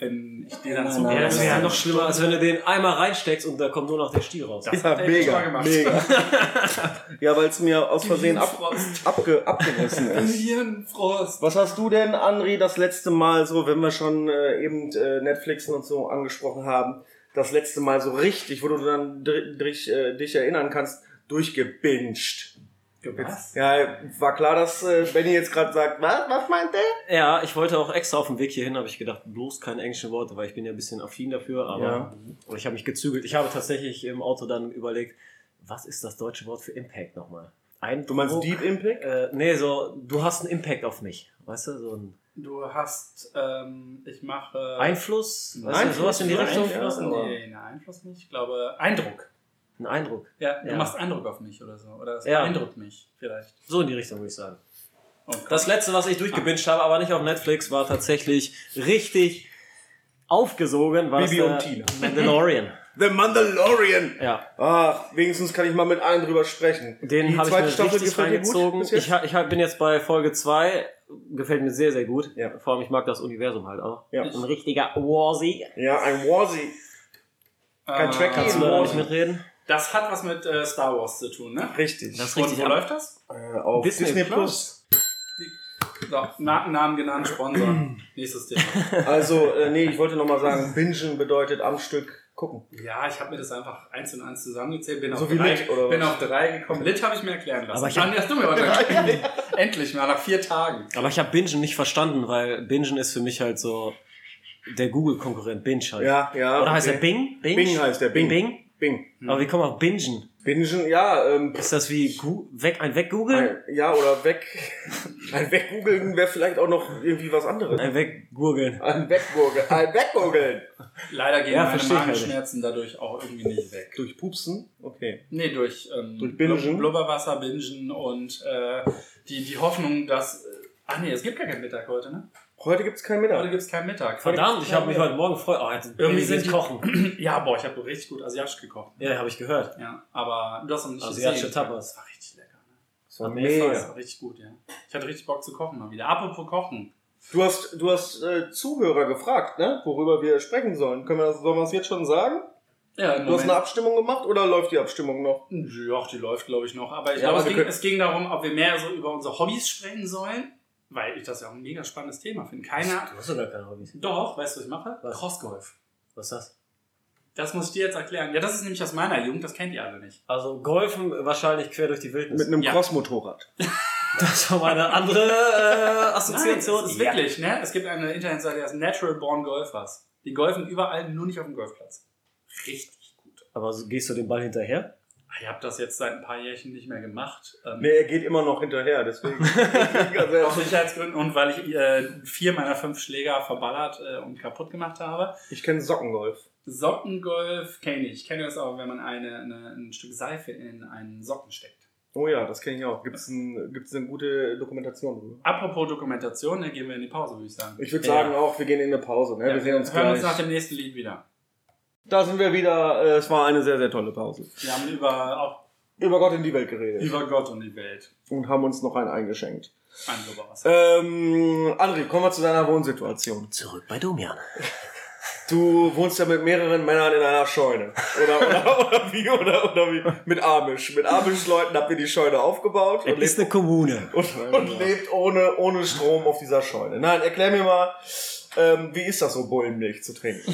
wenn ich dir dann zu nein, gäh Ja, Ja, das das wäre ja ist- noch schlimmer, als wenn du den einmal reinsteckst und da kommt nur noch der Stiel raus. Das Ja, hat der echt mal mega, gemacht. mega. Ja, weil es mir aus Versehen ab, Gehirnfrost. abge, abgerissen ist. Gehirnfrost. Was hast du denn, André, das letzte Mal so, wenn wir schon äh, eben äh, Netflixen und so angesprochen haben, das letzte Mal so richtig, wo du dann dr- dich, äh, dich erinnern kannst, durchgebinged? Was? Ja, war klar, dass äh, Benny jetzt gerade sagt, was, was meint der? Ja, ich wollte auch extra auf dem Weg hierhin, habe ich gedacht, bloß keine englischen Worte, weil ich bin ja ein bisschen affin dafür, aber Ja. aber ich habe mich gezügelt. Ich habe tatsächlich im Auto dann überlegt, was ist das deutsche Wort für Impact nochmal? Ein Du meinst Druck- Deep Impact? Äh, nee, so, du hast einen Impact auf mich. Weißt du, so ein Du hast, ähm, ich Äh, mache... Einfluss, weißt Nein, du, sowas in die Einfluss, Richtung. Einfluss, Ja, aber Nee, nein, Einfluss nicht. Ich glaube, Eindruck. ein Eindruck. Ja, du Ja. machst Eindruck auf mich oder so. Oder es Ja. beeindruckt mich vielleicht. So in die Richtung, würde ich sagen. Und Das letzte, was ich durchgebinged habe, aber nicht auf Netflix, war tatsächlich richtig aufgesogen, war Bibi das, und äh, Tina. Mandalorian. The Mandalorian! Ja, Ach, wenigstens kann ich mal mit allen drüber sprechen. den Die habe ich zweite mir Staffel richtig gefällt dir gut reingezogen. bis jetzt? Ich, ha- ich hab- bin jetzt bei Folge 2, gefällt mir sehr, sehr gut. Ja. Vor allem, ich mag das Universum halt auch. Ja. Ein richtiger Warzy. Ja, ein Warzy. kein Track Kannst du Eben, da nicht Warzy. mitreden? Äh, Das hat was mit äh, Star Wars zu tun, ne? Richtig. Das ist Und richtig. wo ab- läuft das? äh, auf Disney Disney, Plus. Plus. So, Markennamen genannt, Sponsor. Nächstes Thema. Also, äh, nee, ich wollte nochmal sagen, bingen bedeutet am Stück gucken. Ja, ich habe mir das einfach eins und eins zusammengezählt, bin, So auf, wie drei, Lit, oder bin was? auf drei gekommen. Lit habe ich mir erklären lassen. Aber ich hab- Dann hast du mir heute erklärt. Endlich mal, nach vier Tagen. Aber ich habe Bingen nicht verstanden, weil Bingen ist für mich halt so der Google-Konkurrent, Binge halt. Ja, ja. Oder heißt okay. er Bing? Bing heißt der, Bing. Mhm. Bing? Bing. Aber wir kommen auf Bingen. Bingen, ja, ähm, Ist das wie Gu weg, ein Weggoogeln? ein, ja, oder weg. Ein Weggoogeln wäre vielleicht auch noch irgendwie was anderes. Ein Weggurgeln. Ein Weggurgeln. Ein Weggurgeln. Leider gehen Ja, meine verstehe ich halt Magenschmerzen dadurch auch irgendwie nicht weg. Durch Pupsen? Okay. Nee, durch, ähm, Durch Bingen? Blub- Blubberwasser, Bingen und äh, die, die Hoffnung, dass... Äh, ach nee, es gibt gar keinen Mittag heute, ne? Heute gibt's kein Heute Mittag. gibt es keinen Mittag. Verdammt, ich habe mich heute Morgen gefreut. Oh, jetzt irgendwie sind sind die- kochen. Ja, boah, ich habe richtig gut asiatisch gekocht. Ja, habe ich gehört. Ja, aber du hast noch nicht Asiatische gesehen. Tapas. Das war richtig lecker. Ne? Das war Am Das mega. war richtig gut, ja. Ich hatte richtig Bock zu kochen mal wieder. Apropos kochen. Du hast, du hast äh, Zuhörer gefragt, ne? Worüber wir sprechen sollen. Können wir das, sollen wir es jetzt schon sagen? Ja, im Du hast Moment- eine Abstimmung gemacht oder läuft die Abstimmung noch? Ja, die läuft, glaube ich, noch. Aber ich Ja, glaube, aber es wir ging, können- es ging darum, ob wir mehr so über unsere Hobbys sprechen sollen, weil ich das ja auch ein mega spannendes Thema finde. Keiner. hast sogar keine Hobbys. Doch, weißt du, was ich mache? Was? Crossgolf. Was ist das? Das muss ich dir jetzt erklären. Ja, das ist nämlich aus meiner Jugend, das kennt ihr alle nicht. Also Golfen wahrscheinlich quer durch die Wildnis. Mit einem Ja. Crossmotorrad. das war meine andere äh, Nein, das Assoziation. ist wirklich, ne? Es gibt eine Internetseite, die heißt Natural Born Golfers. Die golfen überall, nur nicht auf dem Golfplatz. Richtig gut. Ja. Aber so, gehst du dem Ball hinterher? Ich habe Ah, das jetzt seit ein paar Jährchen nicht mehr gemacht. Ähm, Nee, er geht immer noch hinterher, deswegen. Also, Aus Sicherheitsgründen und weil ich äh, vier meiner fünf Schläger verballert äh, und kaputt gemacht habe. ich kenne Sockengolf. Sockengolf kenne ich. Ich kenne das auch, wenn man eine, eine, ein Stück Seife in einen Socken steckt. Oh ja, das kenne ich auch. Gibt es ein, gibt's eine gute Dokumentation drüber? Apropos Dokumentation, dann gehen wir in die Pause, würde ich sagen. Ich würde Ja. sagen auch, wir gehen in eine Pause. Ne? wir sehen uns hören gleich. uns nach dem nächsten Lied wieder. da sind wir wieder. Äh, Es war eine sehr, sehr tolle Pause. Wir haben über, auch Über Gott in die Welt geredet über Gott und die Welt und haben uns noch einen eingeschenkt. ein Blubberwasser. Ähm, André, kommen wir zu deiner Wohnsituation. Zurück bei Domian. Du wohnst ja mit mehreren Männern in einer Scheune. Oder, oder, oder wie? Oder, oder wie? Mit Amish. Mit Amish-Leuten habt ihr die Scheune aufgebaut. Es Und ist lebt, eine Kommune. und, und lebt ohne, ohne Strom auf dieser Scheune. Nein, erklär mir mal, ähm, wie ist das so, Bullenmilch zu trinken?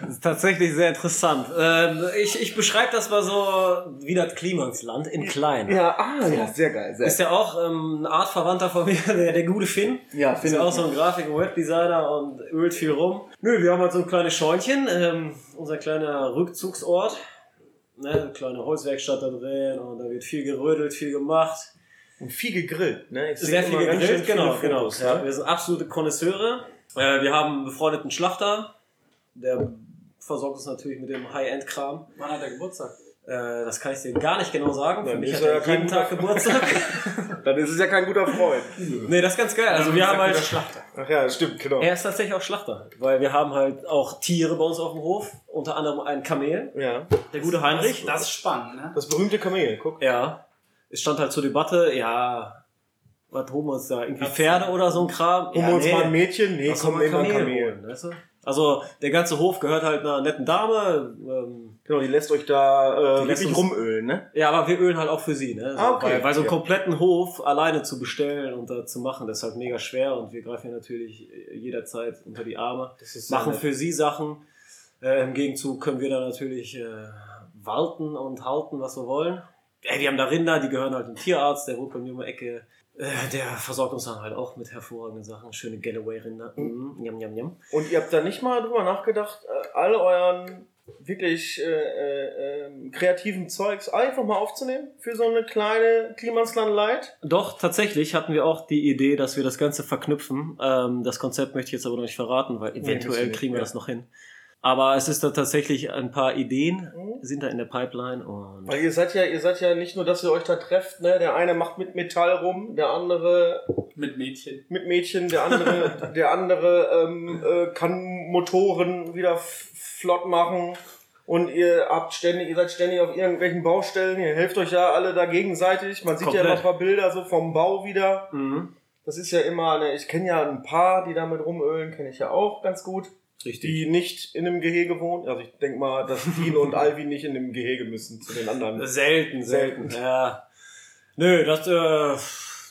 Das ist tatsächlich sehr interessant. Ähm, ich ich beschreibe das mal so wie das Klimansland in klein. Ja, ah, ja, sehr geil. Sehr Ist ja auch ähm, eine Art Verwandter von mir, der, der gute Finn. Ja, Finn. Finn Ist ja auch ist- so ein Grafik- und Webdesigner und ölt viel rum. Nö, wir haben halt so ein kleines Schornchen, ähm, unser kleiner Rückzugsort. Ne, eine kleine Holzwerkstatt da drin und da wird viel gerödelt, viel gemacht. Und viel gegrillt, ne? Ich Sehr seh viel immer ganz gegrillt, schön viele genau, genau. Fotos, Ja, ne? wir sind absolute Konnoisseure. Äh, wir haben einen befreundeten Schlachter, der versorgt uns natürlich mit dem High-End-Kram. Wann hat der Geburtstag? Äh, das kann ich dir gar nicht genau sagen. Nein, Für mich ist hat ja er kein jeden Tag guter- Geburtstag. Dann ist es ja kein guter Freund. nee, das ist ganz geil. Also wir haben wieder halt Schlachter. Ach ja, stimmt, genau. Er ist tatsächlich auch Schlachter, weil wir haben halt auch Tiere bei uns auf dem Hof, unter anderem ein Kamel, Ja. der gute Heinrich. Das ist spannend, ne? Das berühmte Kamel, guck. Ja, es stand halt zur Debatte, ja, was holen wir uns da, irgendwie Pferde oder so ein Kram? Holen ja, wir uns nee. mal ein Mädchen? Nee, Lass doch komm, mal ein nehmen wir ein Kamel, Kamel. holen, weißt du? Also der ganze Hof gehört halt einer netten Dame, ähm, Genau, die lässt euch da äh, Die lässt wirklich uns- rumölen, ne? ja, aber wir ölen halt auch für sie, ne? So, Ah, okay. weil, weil so einen Ja. kompletten Hof alleine zu bestellen und da zu machen, das ist halt mega schwer und wir greifen ihr natürlich äh, jederzeit unter die Arme. Das ist machen für sie Sachen. Äh, Im Gegenzug können wir da natürlich äh, walten und halten, was wir wollen. Ey, wir haben da Rinder, die gehören halt dem Tierarzt, der wohnt bei mir um die Ecke. Äh, der versorgt uns dann halt auch mit hervorragenden Sachen. Schöne Galloway-Rinder. Mhm. Mm, yum, yum, yum. Und ihr habt da nicht mal drüber nachgedacht, äh, all euren wirklich äh, äh, ähm, kreativen Zeugs einfach mal aufzunehmen für so eine kleine Klimansland Light? Doch, tatsächlich hatten wir auch die Idee, dass wir das Ganze verknüpfen. Ähm, das Konzept möchte ich jetzt aber noch nicht verraten, weil müssen eventuell nicht, kriegen wir ja. das noch hin. Aber es ist da tatsächlich ein paar Ideen, Mhm. sind da in der Pipeline und Weil ihr seid ja, ihr seid ja nicht nur, dass ihr euch da trefft, ne? Der eine macht mit Metall rum, der andere Mit Mädchen. mit Mädchen, der andere, der andere ähm, äh, kann Motoren wieder f- flott machen. Und ihr habt ständig, ihr seid ständig auf irgendwelchen Baustellen, ihr helft euch ja alle da gegenseitig. Man sieht ja immer Komplett. ein paar Bilder so vom Bau wieder. Mhm. Das ist ja immer, ne, ich kenne ja ein paar, die damit rumölen, kenne ich ja auch ganz gut, richtig. die nicht in einem Gehege wohnen. Also ich denk mal, dass Dean und Alvin nicht in einem Gehege müssen zu den anderen. Selten, selten. Ja. Nö, das, äh,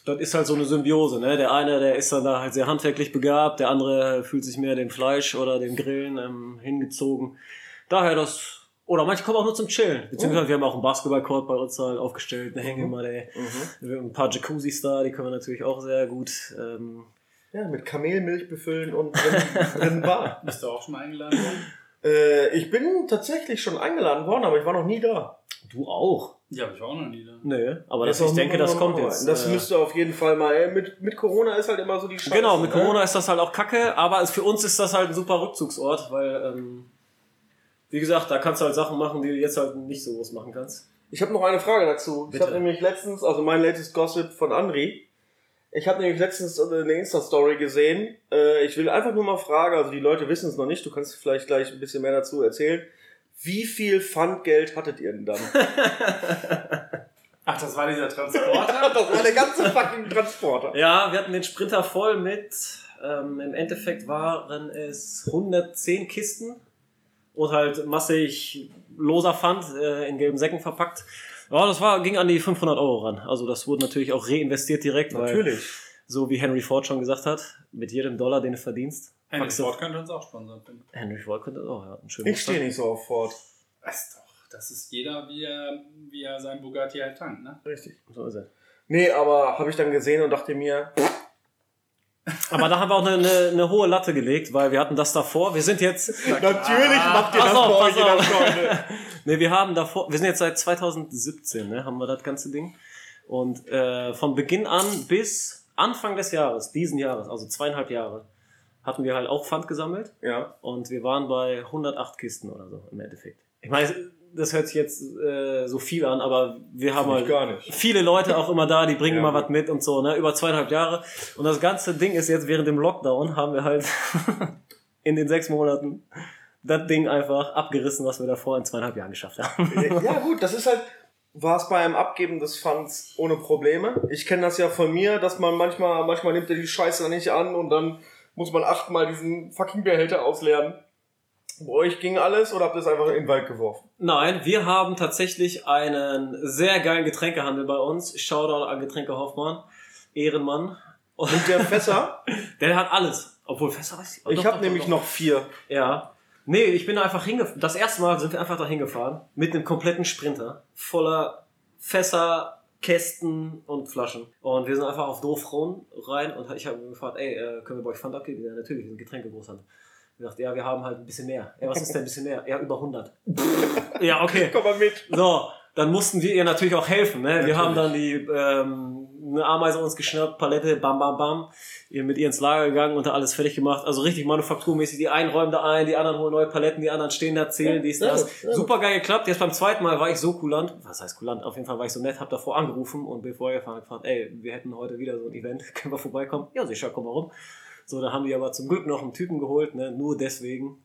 das ist halt so eine Symbiose. Ne? Der eine, der ist dann da halt sehr handwerklich begabt, der andere fühlt sich mehr dem Fleisch oder dem Grillen ähm, hingezogen. Daher das. Oder manche kommen auch nur zum Chillen. Oh. Beziehungsweise wir haben auch einen Basketballcourt bei uns halt aufgestellt, eine Mhm. Hängematte, ey. Wir haben ein paar Jacuzzis da, die können wir natürlich auch sehr gut. Ähm, Ja, mit Kamelmilch befüllen und drin, drin Bad. Bist du auch schon mal eingeladen worden? Äh, ich bin tatsächlich schon eingeladen worden, aber ich war noch nie da. du auch? Die habe ich auch noch nie da. Nö, aber das, Jetzt ich noch denke, mal das noch kommt mal jetzt. arbeiten. Das äh, müsste auf jeden Fall mal. ey, Mit, mit Corona ist halt immer so die Scheiße. Genau, mit ne? Corona ist das halt auch kacke, aber es- für uns ist das halt ein super Rückzugsort, weil, ähm, wie gesagt, da kannst du halt Sachen machen, die du jetzt halt nicht so groß machen kannst. Ich habe noch eine Frage dazu. Ich Bitte. habe nämlich letztens, also mein latest Gossip von Andri. Ich habe nämlich letztens äh, eine Insta-Story gesehen. Äh, Ich will einfach nur mal fragen, also die Leute wissen es noch nicht, du kannst vielleicht gleich ein bisschen mehr dazu erzählen. Wie viel Pfandgeld hattet ihr denn dann? Ach, das war dieser Transporter? das war der ganze fucking Transporter. Ja, wir hatten den Sprinter voll mit, ähm, im Endeffekt waren es 110 Kisten und halt massig loser Pfand äh, in gelben Säcken verpackt. Ja, das war, ging an die 500 Euro ran. Also das wurde natürlich auch reinvestiert direkt, weil, Natürlich. so wie Henry Ford schon gesagt hat, mit jedem Dollar, den du verdienst, Henry packst du- Ford könnte uns auch sponsern. finden. Henry Ford könnte, oh ja, einen schönen Ich stehe nicht so auf Ford. Weißt doch, das ist jeder, wie er, wie er sein Bugatti halt tankt, ne? Richtig. So ist er. Nee, aber habe ich dann gesehen und dachte mir, Aber da haben wir auch eine, eine, eine hohe Latte gelegt, weil wir hatten das davor. Wir sind jetzt. natürlich macht ihr pass das auf, bei euch pass in der auf. Freunde. Ne, wir haben davor. Wir sind jetzt seit 2017, ne, haben wir das ganze Ding. Und äh, von Beginn an bis Anfang des Jahres, diesen Jahres, also zweieinhalb Jahre, hatten wir halt auch Pfand gesammelt. Ja. Und wir waren bei 108 Kisten oder so im Endeffekt. Ich meine, das hört sich jetzt äh, so viel an, aber wir haben Finde ich halt gar nicht. viele Leute auch immer da, die bringen Ja. immer was mit und so, ne? Über zweieinhalb Jahre. Und das ganze Ding ist jetzt während dem Lockdown haben wir halt in den sechs Monaten das Ding einfach abgerissen, was wir davor in zweieinhalb Jahren geschafft haben. Ja, gut, das ist halt, war es beim Abgeben des Funds ohne Probleme. Ich kenne das ja von mir, dass man manchmal, manchmal nimmt er die Scheiße dann nicht an und dann muss man achtmal diesen fucking Behälter ausleeren. Bei euch ging alles oder habt ihr es einfach in den Wald geworfen? Nein, wir haben tatsächlich einen sehr geilen Getränkehandel bei uns. Shoutout an Getränke Hoffmann, Ehrenmann. Und der Fässer, Der hat alles. Obwohl, Fässer weiß ich. ich Doch, habe doch, nämlich doch. noch vier. Ja. Nee, ich bin da einfach hingefahren. Das erste Mal sind wir einfach da hingefahren. Mit einem kompletten Sprinter. Voller Fässer, Kästen und Flaschen. Und wir sind einfach auf Doofron rein und ich habe ihn gefragt, ey, äh, können wir bei euch Pfand abgeben? Ja, natürlich, wir sind Getränkegroßhandel. Ich dachte, ja, wir haben halt ein bisschen mehr. Ja, was ist denn ein bisschen mehr? Ja, über 100. ja, okay. Komm mal mit. So, dann mussten wir ihr natürlich auch helfen. Ne? Wir haben dann die ähm, eine Ameise uns geschnappt, Palette, bam, bam, bam, ihr mit ihr ins Lager gegangen und da alles fertig gemacht. Also richtig manufakturmäßig, die einen räumen da ein, die anderen holen neue Paletten, die anderen stehen da, zählen, dies, sehr das. gut, sehr gut. Super geil geklappt. Jetzt beim zweiten Mal war ich so kulant, was heißt kulant, auf jeden Fall war ich so nett, hab davor angerufen und bevor wir gefahren, hab gefragt, ey, wir hätten heute wieder so ein Event, können wir vorbeikommen? Ja, sicher, komm mal rum. So, da haben die aber zum Glück noch einen Typen geholt, ne? nur deswegen.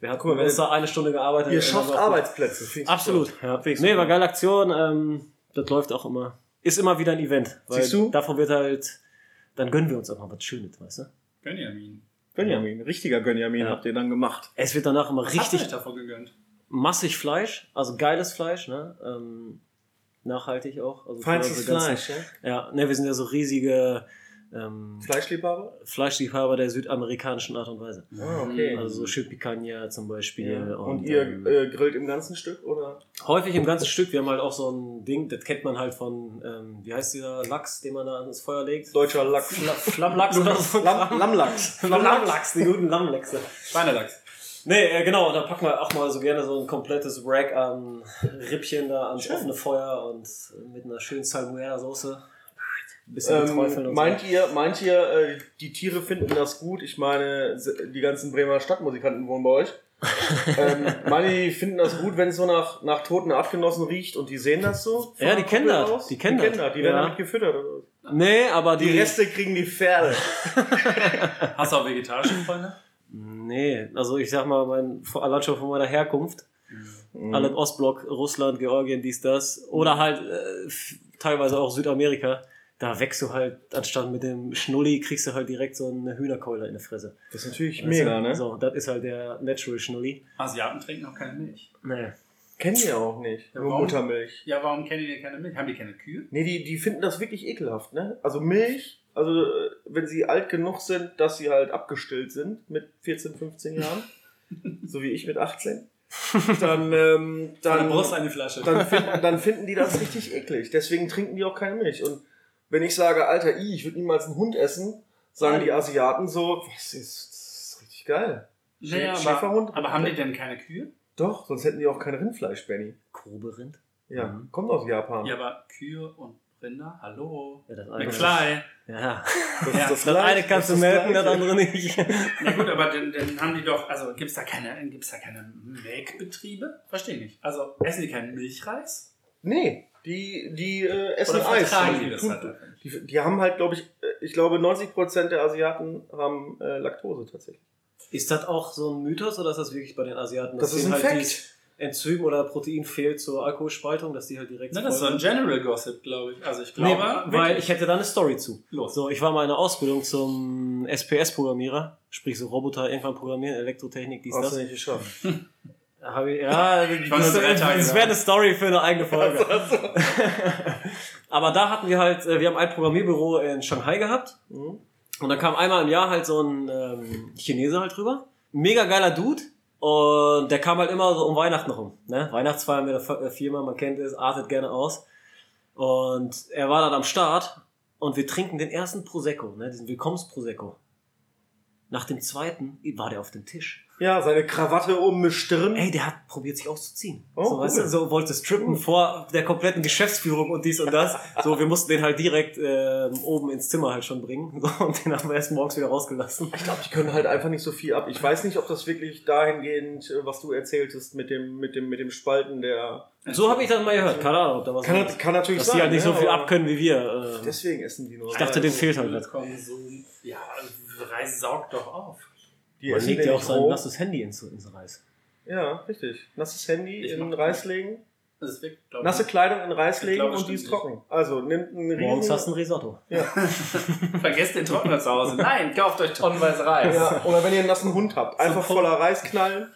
Wir hatten Guck mal, wenn- besser eine Stunde gearbeitet. Ihr und haben schafft wir auch- Arbeitsplätze. Finde ich Absolut. Ja. Nee, war geile Aktion. Ähm, das läuft auch immer. Ist immer wieder ein Event. Weil Siehst du? Davon wird halt, dann gönnen wir uns auch mal was Schönes, weißt du? Benjamin. Gönjamin, richtiger Gönjamin Ja. habt ihr dann gemacht. Es wird danach immer Hast du richtig nicht davon gegönnt? massig Fleisch, also geiles Fleisch, ne? Ähm, nachhaltig auch. Also für Feinstes unsere ganzen- Fleisch, ja? Ja, ne, wir sind ja so riesige ähm, Fleischliebhaber? Fleischliebhaber der südamerikanischen Art und Weise. Ah, Hm, okay. Also so Schildpicanha zum Beispiel. Ja. Und, und, ihr ähm, äh, grillt im ganzen Stück, oder? Häufig im ganzen Stück. Wir haben halt auch so ein Ding, das kennt man halt von, ähm, wie heißt dieser Lachs, den man da ans Feuer legt? Deutscher Lachs. Fla Flammlachs oder so. Lamm, Lammlachs. Flammlachs, die guten Lammlachse. Schweinelachs. Nee, äh, genau, da packen wir auch mal so gerne so ein komplettes Rack an Rippchen da ans offene Feuer und äh, mit einer schönen Salmuera-Soße. Bisschen ähm, Träufeln Ähm, und meint so. ihr, meint ihr, äh, die Tiere finden das gut? Ich meine, se- die ganzen Bremer Stadtmusikanten wohnen bei euch. ähm, meine, die finden das gut, wenn es so nach, nach toten Artgenossen riecht und die sehen das so? Ja, die Von kennen das. aus? Die kennen das. Die werden Ja. damit gefüttert. oder was? Nee, aber die. Die Reste kriegen die Pferde. Hast du auch vegetarische Freunde? Nee, also ich sag mal, mein, allein schon von meiner Herkunft. Mhm. Alle im Ostblock, Russland, Georgien, dies, das. Oder halt äh, f- teilweise auch Südamerika. Da wächst du halt, anstatt mit dem Schnulli, kriegst du halt direkt so eine Hühnerkeule in der Fresse. Das ist natürlich Weißt mega, du? ne? So, das ist halt der Natural Schnulli. Asiaten trinken auch keine Milch. Nee. Kennen die auch nicht. Ja, Nur warum? Muttermilch. Ja, warum kennen die denn keine Milch? Haben die keine Kühe? Nee, die, die finden das wirklich ekelhaft, ne? Also Milch, also äh, wenn sie alt genug sind, dass sie halt abgestillt sind mit 14, 15 Jahren, so wie ich mit 18, dann, ähm, An dann, der Brust eine Flasche. dann, finden, dann finden die das richtig eklig. Deswegen trinken die auch keine Milch. Und wenn ich sage, Alter, i, ich würde niemals einen Hund essen, sagen die Asiaten so, was ist, das ist richtig geil. Naja, aber- Schäferhund? Aber haben die denn keine Kühe? Doch, sonst hätten die auch kein Rindfleisch, Benny. Grobe Rind? Ja, Mhm. kommt aus Japan. Ja, aber Kühe und Rinder? Hallo? Ja, das eine. McFly. Ja. Das, Ja, Das eine Gleiche, kannst du das ist melken, das Gleiche. andere nicht. Na gut, aber dann, dann haben die doch, also gibt es da keine, gibt's da keine Melkbetriebe? Verstehe nicht. Also essen die keinen Milchreis? Nee, die, die äh, essen Oder Eis. vertragen Die die das Hm. tun- halt einfach nicht? die, die haben halt, glaube ich, äh, ich glaube 90% der Asiaten haben äh, Laktose tatsächlich. Ist das auch so ein Mythos oder ist das wirklich bei den Asiaten? dass Das ist denen halt ein dieses Fact. Enzym oder Protein fehlt zur Alkoholspaltung, dass die halt direkt. Na, Ne, das ist so voll- ein General Gossip, glaube ich. Also ich glaube, Nee, weil ich hätte da eine Story zu. los. So, ich war mal in der Ausbildung zum SPS-Programmierer, sprich so Roboter irgendwann programmieren, Elektrotechnik, dies, Hast du das. nicht geschafft. Hab ich, ja, war das, nur drei Tage das, das da. Also, wäre eine Story für eine eigene Folge. Aber da hatten wir halt, äh, wir haben ein Programmierbüro in Shanghai gehabt Mhm. und dann kam einmal im Jahr halt so ein ähm, Chinese halt rüber. Mega geiler Dude. Und der kam halt immer so um Weihnachten rum. Ne? Weihnachtsfeier mit der Fa- äh, Firma, man kennt es, artet gerne aus. Und er war dann am Start und wir trinken den ersten Prosecco, ne? diesen Willkommensprosecco. Nach dem zweiten war der auf dem Tisch. Ja, seine Krawatte um die Stirn. Ey, der hat probiert sich auszuziehen. Oh, so, weißt cool. du, so wollte strippen vor der kompletten Geschäftsführung und dies und das. So, wir mussten den halt direkt ähm, oben ins Zimmer halt schon bringen. So, und den haben wir erst morgens wieder rausgelassen. Ich glaube, die können halt einfach nicht so viel ab. Ich weiß nicht, ob das wirklich dahingehend, äh, was du erzähltest mit dem, mit dem, mit dem Spalten der. So habe ich das mal gehört. Keine Ahnung, ob da was Kann, ist. nat- kann natürlich Dass sein. die halt nicht so ne, viel aber abkönnen wie wir. Ähm, Deswegen essen die nur. Ich dachte, dem fehlt halt was. Konsum. Also, Ja, Reis saugt doch auf. die man essen legt den ja auch nicht sein roh. nasses Handy ins, ins Reis. Ja, richtig. Nasses Handy Ich in mach- Reis legen, Das ist wirklich, glaub ich, nasse Kleidung in Reis Ich legen glaube, und die ist stimmt trocken. Also nimmt einen riesen. Morgens hast du ein Risotto. Vergesst den Trockner zu Hause. Nein, kauft euch tonnenweise Reis. Ja, oder wenn ihr einen nassen Hund habt, einfach voller Reis knallen.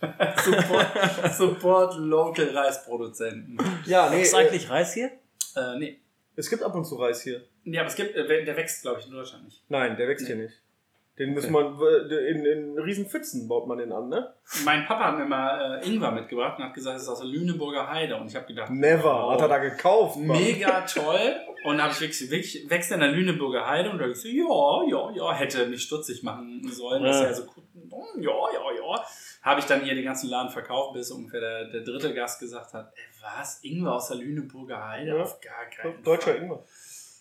Support, support Local Reisproduzenten. Ja, nee, Ist äh, eigentlich Reis hier? Äh, nee. es gibt ab und zu Reis hier. nee, aber es gibt, äh, der wächst, glaube ich, in Deutschland nicht. Nein, der wächst Nee. hier nicht. Den muss man äh, in, in riesen Pfützen baut man den an, ne? Mein Papa hat mir mal äh, Ingwer mitgebracht und hat gesagt, es ist aus der Lüneburger Heide. Und ich habe gedacht, Never. wow, Hat er da gekauft. Mann. mega toll. Und da habe ich wirklich, wirklich, wächst in der Lüneburger Heide und da ich so, ja, ja, ja, hätte mich stutzig machen sollen, dass Ja. er so, mm, ja, ja, ja. Habe ich dann hier den ganzen Laden verkauft, bis ungefähr der, der dritte Gast gesagt hat, ey, was, Ingwer aus der Lüneburger Heide? Ja. Auf gar keinen Deutscher Fall. Ingwer.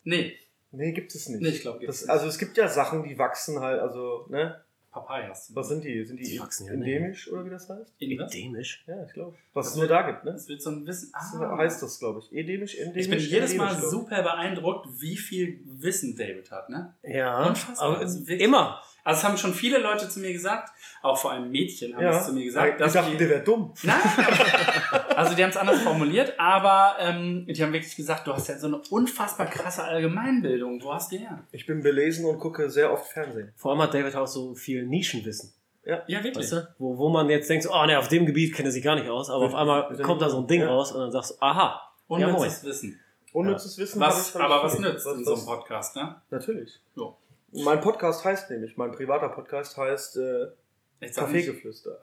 Nee, Nee, gibt es nicht. Nee, ich glaub, gibt's das, Also es gibt ja Sachen, die wachsen halt, also, ne? Papayas. Was sind die? Sind die, Die wachsen ja endemisch oder wie das heißt? In was? Endemisch? Ja, ich glaube. Was Das es nur wird- da gibt, ne? Das wird so ein Wissen. So Ah. heißt das, glaube ich. Endemisch, endemisch. ich bin jedes Mal endemisch, glaub ich. super beeindruckt, wie viel Wissen David hat. Ne? Ja. Unfassbar. Aber Also wirklich- immer. Also es haben schon viele Leute zu mir gesagt, auch vor allem Mädchen haben Ja. es zu mir gesagt, ich dass dachte, die, der wäre dumm. Nein, aber- also die haben es anders formuliert, aber ähm, die haben wirklich gesagt, du hast ja so eine unfassbar krasse Allgemeinbildung. Wo hast du die her? Ich bin belesen und gucke sehr oft Fernsehen. Vor allem hat David auch so viel Nischenwissen. Ja, wirklich. Weißt du? Wo, wo man jetzt denkt, so, oh ne, auf dem Gebiet kennt er sich gar nicht aus, aber auf einmal Mit- mit- kommt da so ein Ding ja. raus und dann sagst du, aha, ja, moin. Unnützes Wissen. Unnützes Wissen. Was, hab ich- hab aber ich was viel. nützt in so einem Podcast, ne? Natürlich. Ja. Mein Podcast heißt nämlich, mein privater Podcast heißt äh, Jetzt sag nicht, Kaffeegeflüster.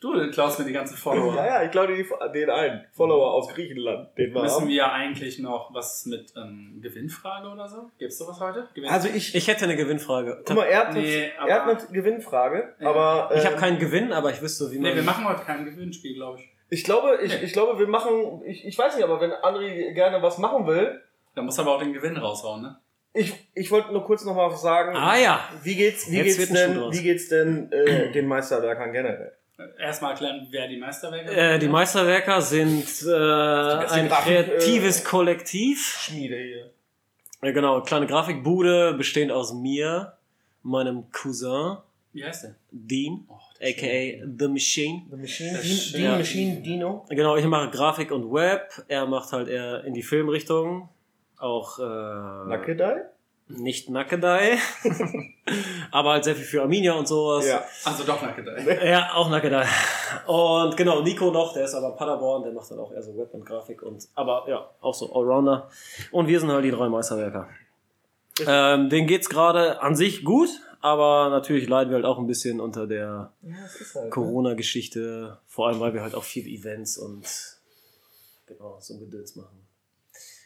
du klaust mir die ganzen Follower. ja, ja, ich glaube die- den einen Follower aus Griechenland, den wir Müssen haben. wir eigentlich noch was mit ähm, Gewinnfrage oder so? Gibt's sowas heute? Gewinn Also ich, Ich hätte eine Gewinnfrage. guck mal, er hat, Nee, eine, er aber- hat eine Gewinnfrage, Ja. aber Ich äh, habe keinen Gewinn, aber ich wüsste, wie man. nee, wir machen heute kein Gewinnspiel, glaube ich. ähm, ich glaube, ich, Nee. ich glaube, wir machen, ich, ich weiß nicht, aber wenn André gerne was machen will, Da muss aber auch den Gewinn raushauen, ne? ich, ich wollte nur kurz nochmal sagen, ah ja. wie geht's, wie geht's Jetzt wird ein Schuh denn, draus. wie geht's denn äh, den Meisterwerkern generell? Erstmal erklären, wer die Meisterwerke Äh, die Meisterwerker sind äh, Grafik, ein kreatives äh, Kollektiv. Schmiede hier. Ja, genau, kleine Grafikbude, bestehend aus mir, meinem Cousin, Wie heißt der? Dean, Oh, der ist aka The Machine. The Machine, Das Dean- stimmt. Dean Machine Dino. Genau, ich mache Grafik und Web. Er macht halt eher in die Filmrichtung. Auch äh, Nakedai? nicht Nackedei. aber halt sehr viel für Arminia und sowas. schön. Also doch nachgedacht. Ja, auch Nackedei. Und genau, Nico noch, der ist aber Paderborn, der macht dann auch eher so Web und Grafik und aber ja, auch so Allrounder. Und wir sind halt die drei Meisterwerker. Ähm, denen geht's gerade an sich gut, aber natürlich leiden wir halt auch ein bisschen unter der Ja, das ist halt. Corona-Geschichte, vor allem weil wir halt auch viele Events und genau so ein Gedöns machen.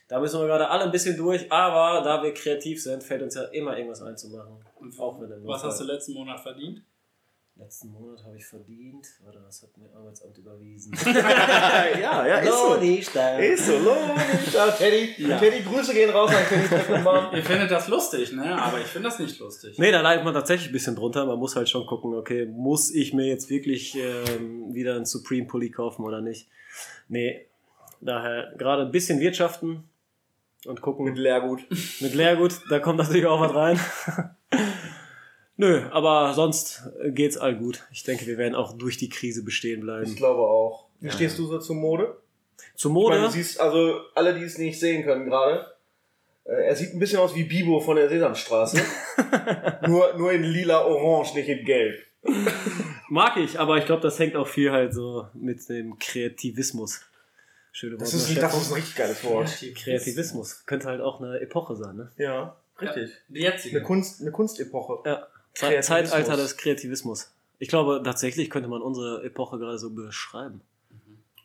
Da müssen wir gerade alle ein bisschen durch, aber da wir kreativ sind, fällt uns ja immer irgendwas einzumachen. Und Auch wenn er was nur- hast du letzten Monat verdient? Letzten Monat habe ich verdient, warte, das hat mir Arbeitsamt überwiesen. Ah, ja, ja, ist so. Loni Stein. Ist so, logisch. Ah, Teddy, Ja. Teddy, Grüße gehen raus an Teddy Steffenbaum. Ihr findet das lustig, ne? Aber ich finde das nicht lustig. Nee, da leidet man tatsächlich ein bisschen drunter. Man muss halt schon gucken, okay, muss ich mir jetzt wirklich ähm, wieder einen Supreme Pulli kaufen oder nicht? Nee, daher gerade ein bisschen wirtschaften und gucken. Mit Leergut. Mit Leergut, da kommt natürlich auch was rein. Nö, aber sonst geht's all gut. Ich denke, wir werden auch durch die Krise bestehen Ich bleiben. glaube auch. Wie Ja. stehst du so zur Mode? Zur Ich meine, Mode. du siehst, also alle, die es nicht sehen können gerade, äh, er sieht ein bisschen aus wie Bibo von der Sesamstraße. nur, nur in lila Orange, nicht in Gelb. Mag ich, aber ich glaube, das hängt auch viel halt so mit dem Kreativismus. Schöne Das Worte, ist, ein, das ist ein richtig geiles Wort. Kreativismus. Könnte halt auch eine Epoche sein, ne? Ja, richtig. richtig. Die Eine, jetzige. Kunst, eine Kunstepoche. Ja. Ze- Kreativismus. Zeitalter des Kreativismus. Ich glaube, tatsächlich könnte man unsere Epoche gerade so beschreiben.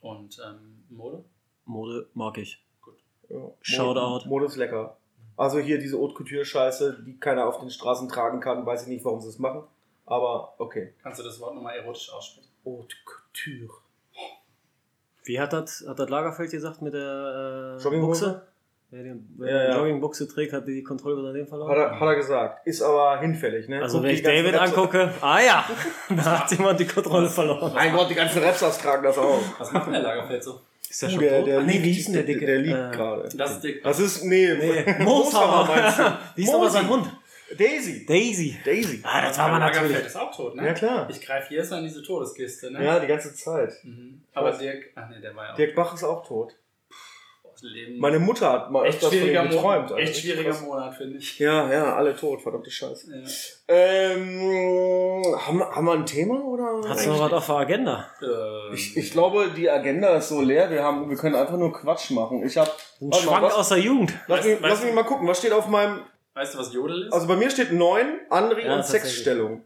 Und ähm, Mode? Mode mag ich. Ja. Mode- Shoutout. Mode ist lecker. Also hier diese Haute Couture-Scheiße, die keiner auf den Straßen tragen kann, weiß ich nicht, warum sie es machen. Aber okay. Kannst du das Wort nochmal erotisch aussprechen? Haute Couture. Wie hat das, hat das Lagerfeld gesagt mit der äh, Jogginghose? Buchse? Wer die, wer Ja, die ja. Joggingbuchse trägt, hat die Kontrolle über sein Leben Hat verloren. er, hat er gesagt. Ist aber hinfällig, ne? Also Guck wenn die ich ganzen David Rapster- angucke, ah ja, da hat jemand die Kontrolle verloren. Mein Gott, die ganzen Rapstars tragen das auch. Was macht denn der Lagerfeld so? Ist der Uh, der, der ah, nee, liegt- wie hieß denn der Dicke? Der liegt Äh, gerade. Das ist dick. Das ist, nee, Nee, Moshammer meinst Mooshammer. du? Wie ist aber sein Mosi. Hund? Daisy. Daisy. Daisy. Ah, das war Karl man Lagerfeld natürlich. ist auch tot, ne? Ja, klar. Ich greife jedes Mal an diese Todeskiste, ne? Ja, die ganze Zeit. Mhm. Aber Was? Dirk, ach nee, der war ja auch Dirk Bach ist auch tot. aus dem Leben. Meine Mutter hat mal echt öfters von schwieriger, ihm geträumt. Monat, Alter. echt schwieriger Krass. Monat, finde ich. Ja, ja, alle tot, verdammte Scheiße. Ja. Ähm, haben, wir- haben wir ein Thema oder? Hast du noch was auf der Agenda? Ähm, ich, ich glaube, die Agenda ist so leer. Wir, haben, wir können einfach nur Quatsch machen. Ich habe. Ein Schwank lass, aus der Jugend. lass, mich, Weißt- lass mich mal gucken. Was steht auf meinem? weißt du, was Jodel ist? Also bei mir steht 9, Andri Ja, und tatsächlich. Sexstellung.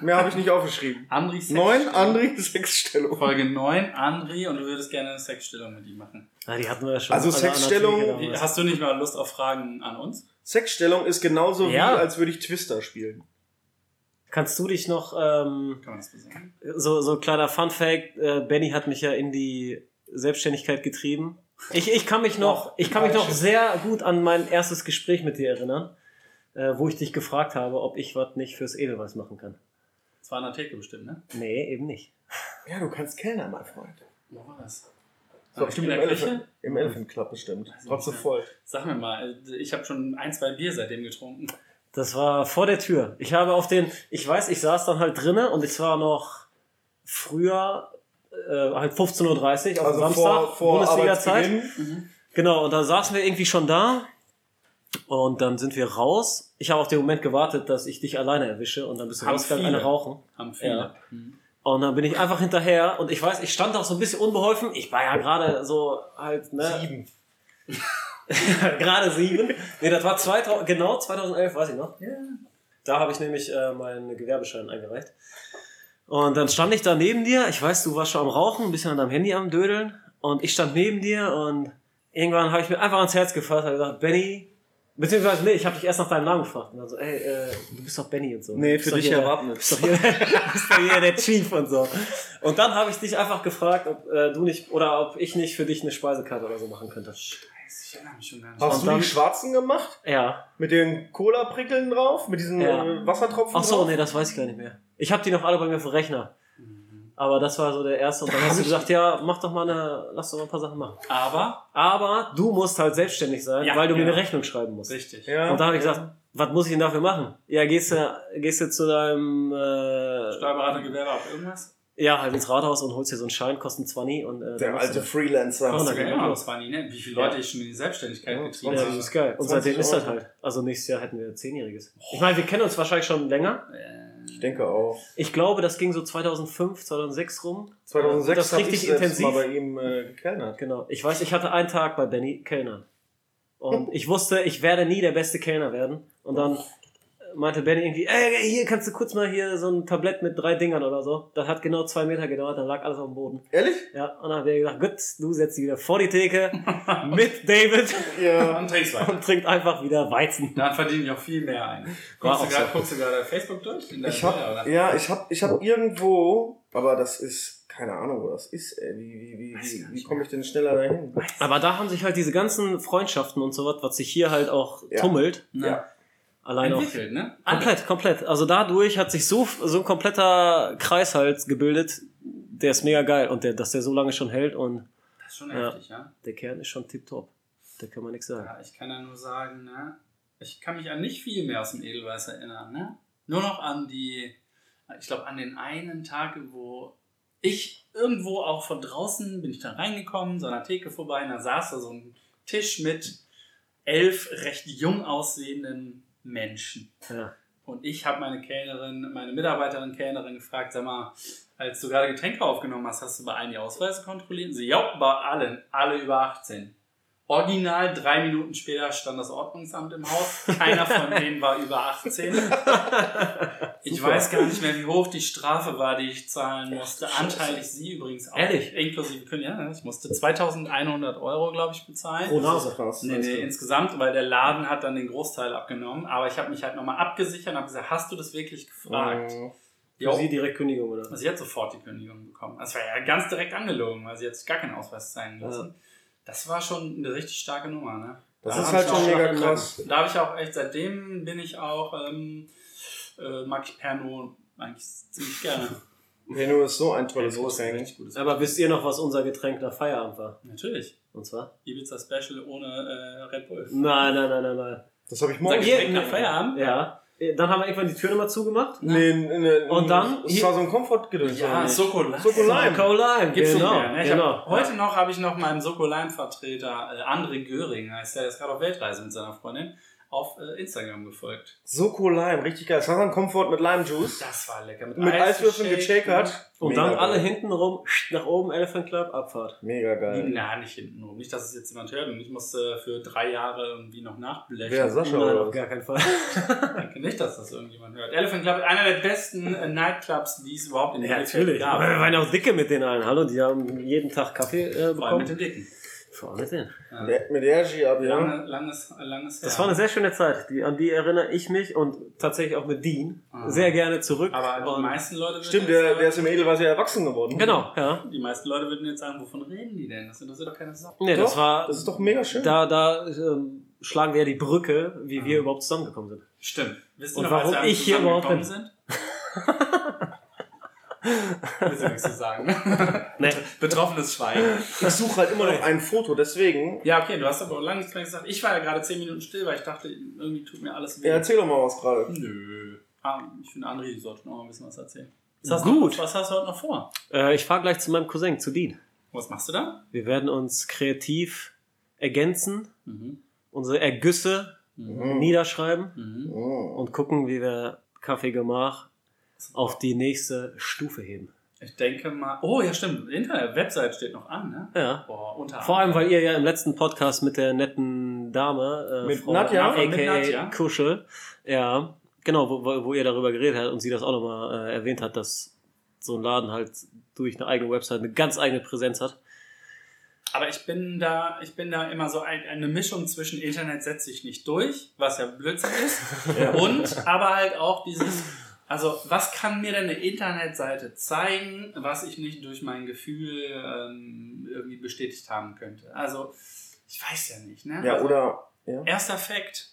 Mehr habe ich nicht aufgeschrieben. Andri Sex 9, Andri, Sexstellung. Folge 9, Andri, und du würdest gerne eine Sexstellung mit ihm machen. Ah, die hatten wir ja schon. Also alle Sexstellung, anderen Wie, Kriege damals. hast du nicht mal Lust auf Fragen an uns? Sexstellung ist genauso Ja. wie, als würde ich Twister spielen. Kannst du dich noch, ähm, Kann man das so sagen? so, so kleiner Fun Fact, äh, Benny hat mich ja in die Selbstständigkeit getrieben. Ich, ich kann mich noch, ich kann mich noch sehr gut an mein erstes Gespräch mit dir erinnern, äh, wo ich dich gefragt habe, ob ich was nicht fürs Edelweiß machen kann. Das war in der Theke bestimmt, ne? Nee, eben nicht. Ja, du kannst Kellner, mein Freund. Wo war das? So, War bestimmt Ah, in im, der Elephant, Küche? Im Elephant Club bestimmt. ich Trotzdem nicht. voll. Sag mir mal, also ich habe schon ein, zwei Bier seitdem getrunken. Das war vor der Tür. Ich habe auf den, ich weiß, ich saß dann halt drinnen und es war noch früher, äh, halt 15.30 Uhr auf dem Also Samstag, vor, vor Bundesliga-Zeit. Arbeitsbeginn. Genau, und dann saßen wir irgendwie schon da und dann sind wir raus. Ich habe auf den Moment gewartet, dass ich dich alleine erwische und dann bist du Haben rausgegangen, viele. alle rauchen. Haben viele. Ja. Mhm. Und dann bin ich einfach hinterher und ich weiß, ich stand auch so ein bisschen unbeholfen. Ich war ja gerade so halt, ne, Sieben. gerade sieben. Nee, das war 2000, genau 2011, weiß ich noch. Da habe ich nämlich äh, meinen Gewerbeschein eingereicht. Und dann stand ich da neben dir. Ich weiß, du warst schon am Rauchen, ein bisschen an deinem Handy am Dödeln. Und ich stand neben dir und irgendwann habe ich mir einfach ans Herz gefasst und gesagt, Benny, beziehungsweise nee, ich habe dich erst nach deinem Namen gefragt. Und dann so, ey, äh, du bist doch Benny und so. Nee, Du bist für doch dich hier der- erwarten bist doch hier, bist doch hier der Chief und so. Und dann habe ich dich einfach gefragt, ob äh, du nicht oder ob ich nicht für dich eine Speisekarte oder so machen könnte. Scheiße, ich erinnere mich schon gar nicht. Hast Und du dann- die schwarzen gemacht? Ja. Mit den Cola-Prickeln drauf? Mit diesen Ja. äh, Wassertropfen Ach so, drauf? nee, das weiß ich gar nicht mehr. Ich habe die noch alle bei mir auf dem Rechner. Aber das war so der erste. Und dann hast du gesagt, ja, mach doch mal eine, lass doch mal ein paar Sachen machen. Aber, Aber du musst halt selbstständig sein, Ja, weil du mir genau. eine Rechnung schreiben musst. richtig. Ja. Und da habe ich gesagt, was muss ich denn dafür machen? Ja, gehst du, gehst du zu deinem äh, Steuerberater, Gewerbe ab, irgendwas? ja, halt ins Rathaus und holst dir so einen Schein, kostet 20 und äh, dann Der machst du alte das. Freelancer. Oh, Das na, ist ja genau. immer was war nie, ne? Wie viele Leute ich schon in die Selbstständigkeit Ja, Ja, getrieben Und das habe. sie- ist geil. 20 Und seitdem ist das Euro. halt. Also nächstes Jahr hätten wir Zehnjähriges. Ich meine, wir kennen uns wahrscheinlich schon länger. Ich denke auch. Ich glaube, das ging so 2005, 2006 rum. 2006 das hab richtig ich selbst intensiv. mal bei ihm äh, gekellnert. Genau. Ich weiß, ich hatte einen Tag bei Benny Kellner. Und ich wusste, ich werde nie der beste Kellner werden. Und dann meinte Benny irgendwie, ey, hier kannst du kurz mal hier so ein Tablett mit drei Dingern oder so. Das hat genau zwei Meter gedauert, dann lag alles auf dem Boden. Ehrlich? Ja, und dann haben wir gesagt, gut, du setzt dich wieder vor die Theke mit David Ja. Und trinkst Äh, weiter. und trinkt einfach wieder Weizen. Dann verdiene ich auch viel mehr ein. War Guckst du auch gerade so. guckst du gerade Facebook durch? In deinem Ich Bilder, hab, oder? ja, ich hab, ich hab irgendwo, aber das ist, keine Ahnung, wo das ist, ey. Wie, wie, wie, Weiß gar wie, wie nicht komme ich denn schneller dahin? Aber da haben sich halt diese ganzen Freundschaften und so was, was sich hier halt auch Ja. tummelt, Na, Ja. allein auch. Entwickelt, ne? Komplett, komplett. Also dadurch hat sich so, so ein kompletter Kreis halt gebildet, der ist mega geil und der, dass der so lange schon hält und Das ist schon Ja. heftig, ja. der Kern ist schon tipptopp. Da kann man nichts sagen. Ja, ich kann ja nur sagen, ne? ich kann mich an nicht viel mehr aus dem Edelweiß erinnern. Ne? Nur noch an die, ich glaube, an den einen Tag, wo ich irgendwo auch von draußen bin ich da reingekommen, so an der Theke vorbei, und da saß da so ein Tisch mit elf recht jung aussehenden Menschen. Ja. Und ich habe meine Kellnerin, meine Mitarbeiterin, Kellnerin gefragt, sag mal, als du gerade Getränke aufgenommen hast, hast du bei allen die Ausweise kontrolliert? Und Sie, ja, bei allen, alle über 18. Original drei Minuten später stand das Ordnungsamt im Haus. Keiner von denen war über 18. Ich Super. weiß gar nicht mehr, wie hoch die Strafe war, die ich zahlen musste. Anteilig sie übrigens auch. Ehrlich? Inklusive Kündigung. Ja, ich musste 2100 Euro, glaube ich, bezahlen. Pro Nase. krass. Nee, nee, insgesamt, weil der Laden hat dann den Großteil abgenommen. Aber ich habe mich halt nochmal abgesichert und habe gesagt, hast du das wirklich gefragt? Ähm, Für Jo. Also Sie direkt Kündigung, oder? Sie hat sofort die Kündigung bekommen. Das war ja ganz direkt angelogen, weil sie hat sich gar keinen Ausweis zeigen lassen. Das war schon eine richtig starke Nummer, ne? Das Da ist hab halt ich schon auch- mega krass. Da habe ich auch echt, seitdem bin ich auch, ähm, äh, mag ich Pernod eigentlich ziemlich gerne. Reno ist so ein tolles Pernod ist ein Getränk. richtig gutes Aber wisst ihr noch, was unser Getränk nach Feierabend war? Natürlich. Und zwar? Ibiza Special ohne äh, Red Bull. Nein, nein, nein, nein, nein. Das habe ich Unser morgen. Sag ihr- Getränk nach Feierabend? Ja. Dann haben wir irgendwann die Tür nochmal zugemacht. Nee, nee, nee, Ne? Und dann- Es war so ein Komfortgedöns. oder nicht? Sokolade. Soko Lime. Coco Lime. Gibt's genau. nicht mehr. Ne? Ich genau. hab, heute noch habe ich noch meinem Sokolime-Vertreter äh, André Göring, heißt der, der ist gerade auf Weltreise mit seiner Freundin, auf äh, Instagram gefolgt. Soko Lime, richtig geil. Es war so ein Komfort mit Lime Juice. Das war lecker. Mit Eiswürfeln geshakert. ne? Und Mega dann alle geil. hinten rum, nach oben, Elephant Club, Abfahrt. Mega Nein, geil. Äh, Na, nicht hinten rum. Nicht, dass es jetzt jemand hört und ich musste für drei Jahre irgendwie noch nachblechen. Wer, Sascha Nein, oder auf was? gar keinen Fall. Ich denke nicht, dass das irgendjemand hört. Elephant Club, einer der besten äh, Nightclubs, die es überhaupt in Ja, der Welt natürlich. gab. Aber wir waren ja auch dicke mit denen allen. Hallo, die haben jeden Tag Kaffee äh, Vor allem bekommen. mit dem Dicken. Vor allem denn. Mit mit Ergi ab, ja. Lange, langes, langes Das her. war eine sehr schöne Zeit, die, an die erinnere ich mich und tatsächlich auch mit Dean Ah. sehr gerne zurück. Aber die und meisten Leute würden Stimmt, jetzt der, sagen, der ist im Edelweiß ja erwachsen geworden. genau, ja. die meisten Leute würden jetzt sagen, wovon reden die denn? Das interessiert doch keine Sau. Nee, das Doch, war, Das ist doch mega schön. da, da ähm, schlagen wir ja die Brücke, wie wir überhaupt zusammengekommen sind. Stimmt. Wisst ihr Und noch, warum als wir ich hier überhaupt zusammengekommen sind? Willst du nichts zu sagen? Nee. Betroffenes Schweigen. Ich suche halt immer noch ein Foto, deswegen. Ja, okay, du hast aber auch lange nichts mehr gesagt. Ich war ja gerade 10 Minuten still, weil ich dachte, irgendwie tut mir alles weh. Ja, erzähl doch mal was gerade. Nö. Ah, ich finde, André sollte noch mal ein bisschen was erzählen. Was hast Gut. Du, was hast du heute noch vor? Äh, ich fahre gleich zu meinem Cousin, zu Dean. Was machst du da? Wir werden uns kreativ ergänzen, Mhm. unsere Ergüsse Mhm. niederschreiben Mhm. Mhm. und gucken, wie wir Kaffee Gemach auf die nächste Stufe heben. Ich denke mal. Oh, ja, stimmt. Internet, Website steht noch an, ne? Ja. Boah, unter Vor allem, weil ihr ja im letzten Podcast mit der netten Dame, äh, Mit Nadja? aka Mit Nadja. Kuschel, ja, genau, wo- wo, wo ihr darüber geredet habt und sie das auch nochmal äh, erwähnt hat, dass so ein Laden halt durch eine eigene Website eine ganz eigene Präsenz hat. Aber ich bin da, ich bin da immer so ein, eine Mischung zwischen Internet setzt sich nicht durch, was ja Blödsinn ist, und aber halt auch dieses, also was kann mir denn eine Internetseite zeigen, was ich nicht durch mein Gefühl ähm, irgendwie bestätigt haben könnte? Also ich weiß ja nicht, ne? Ja, also, oder. Ja. Erster Fact.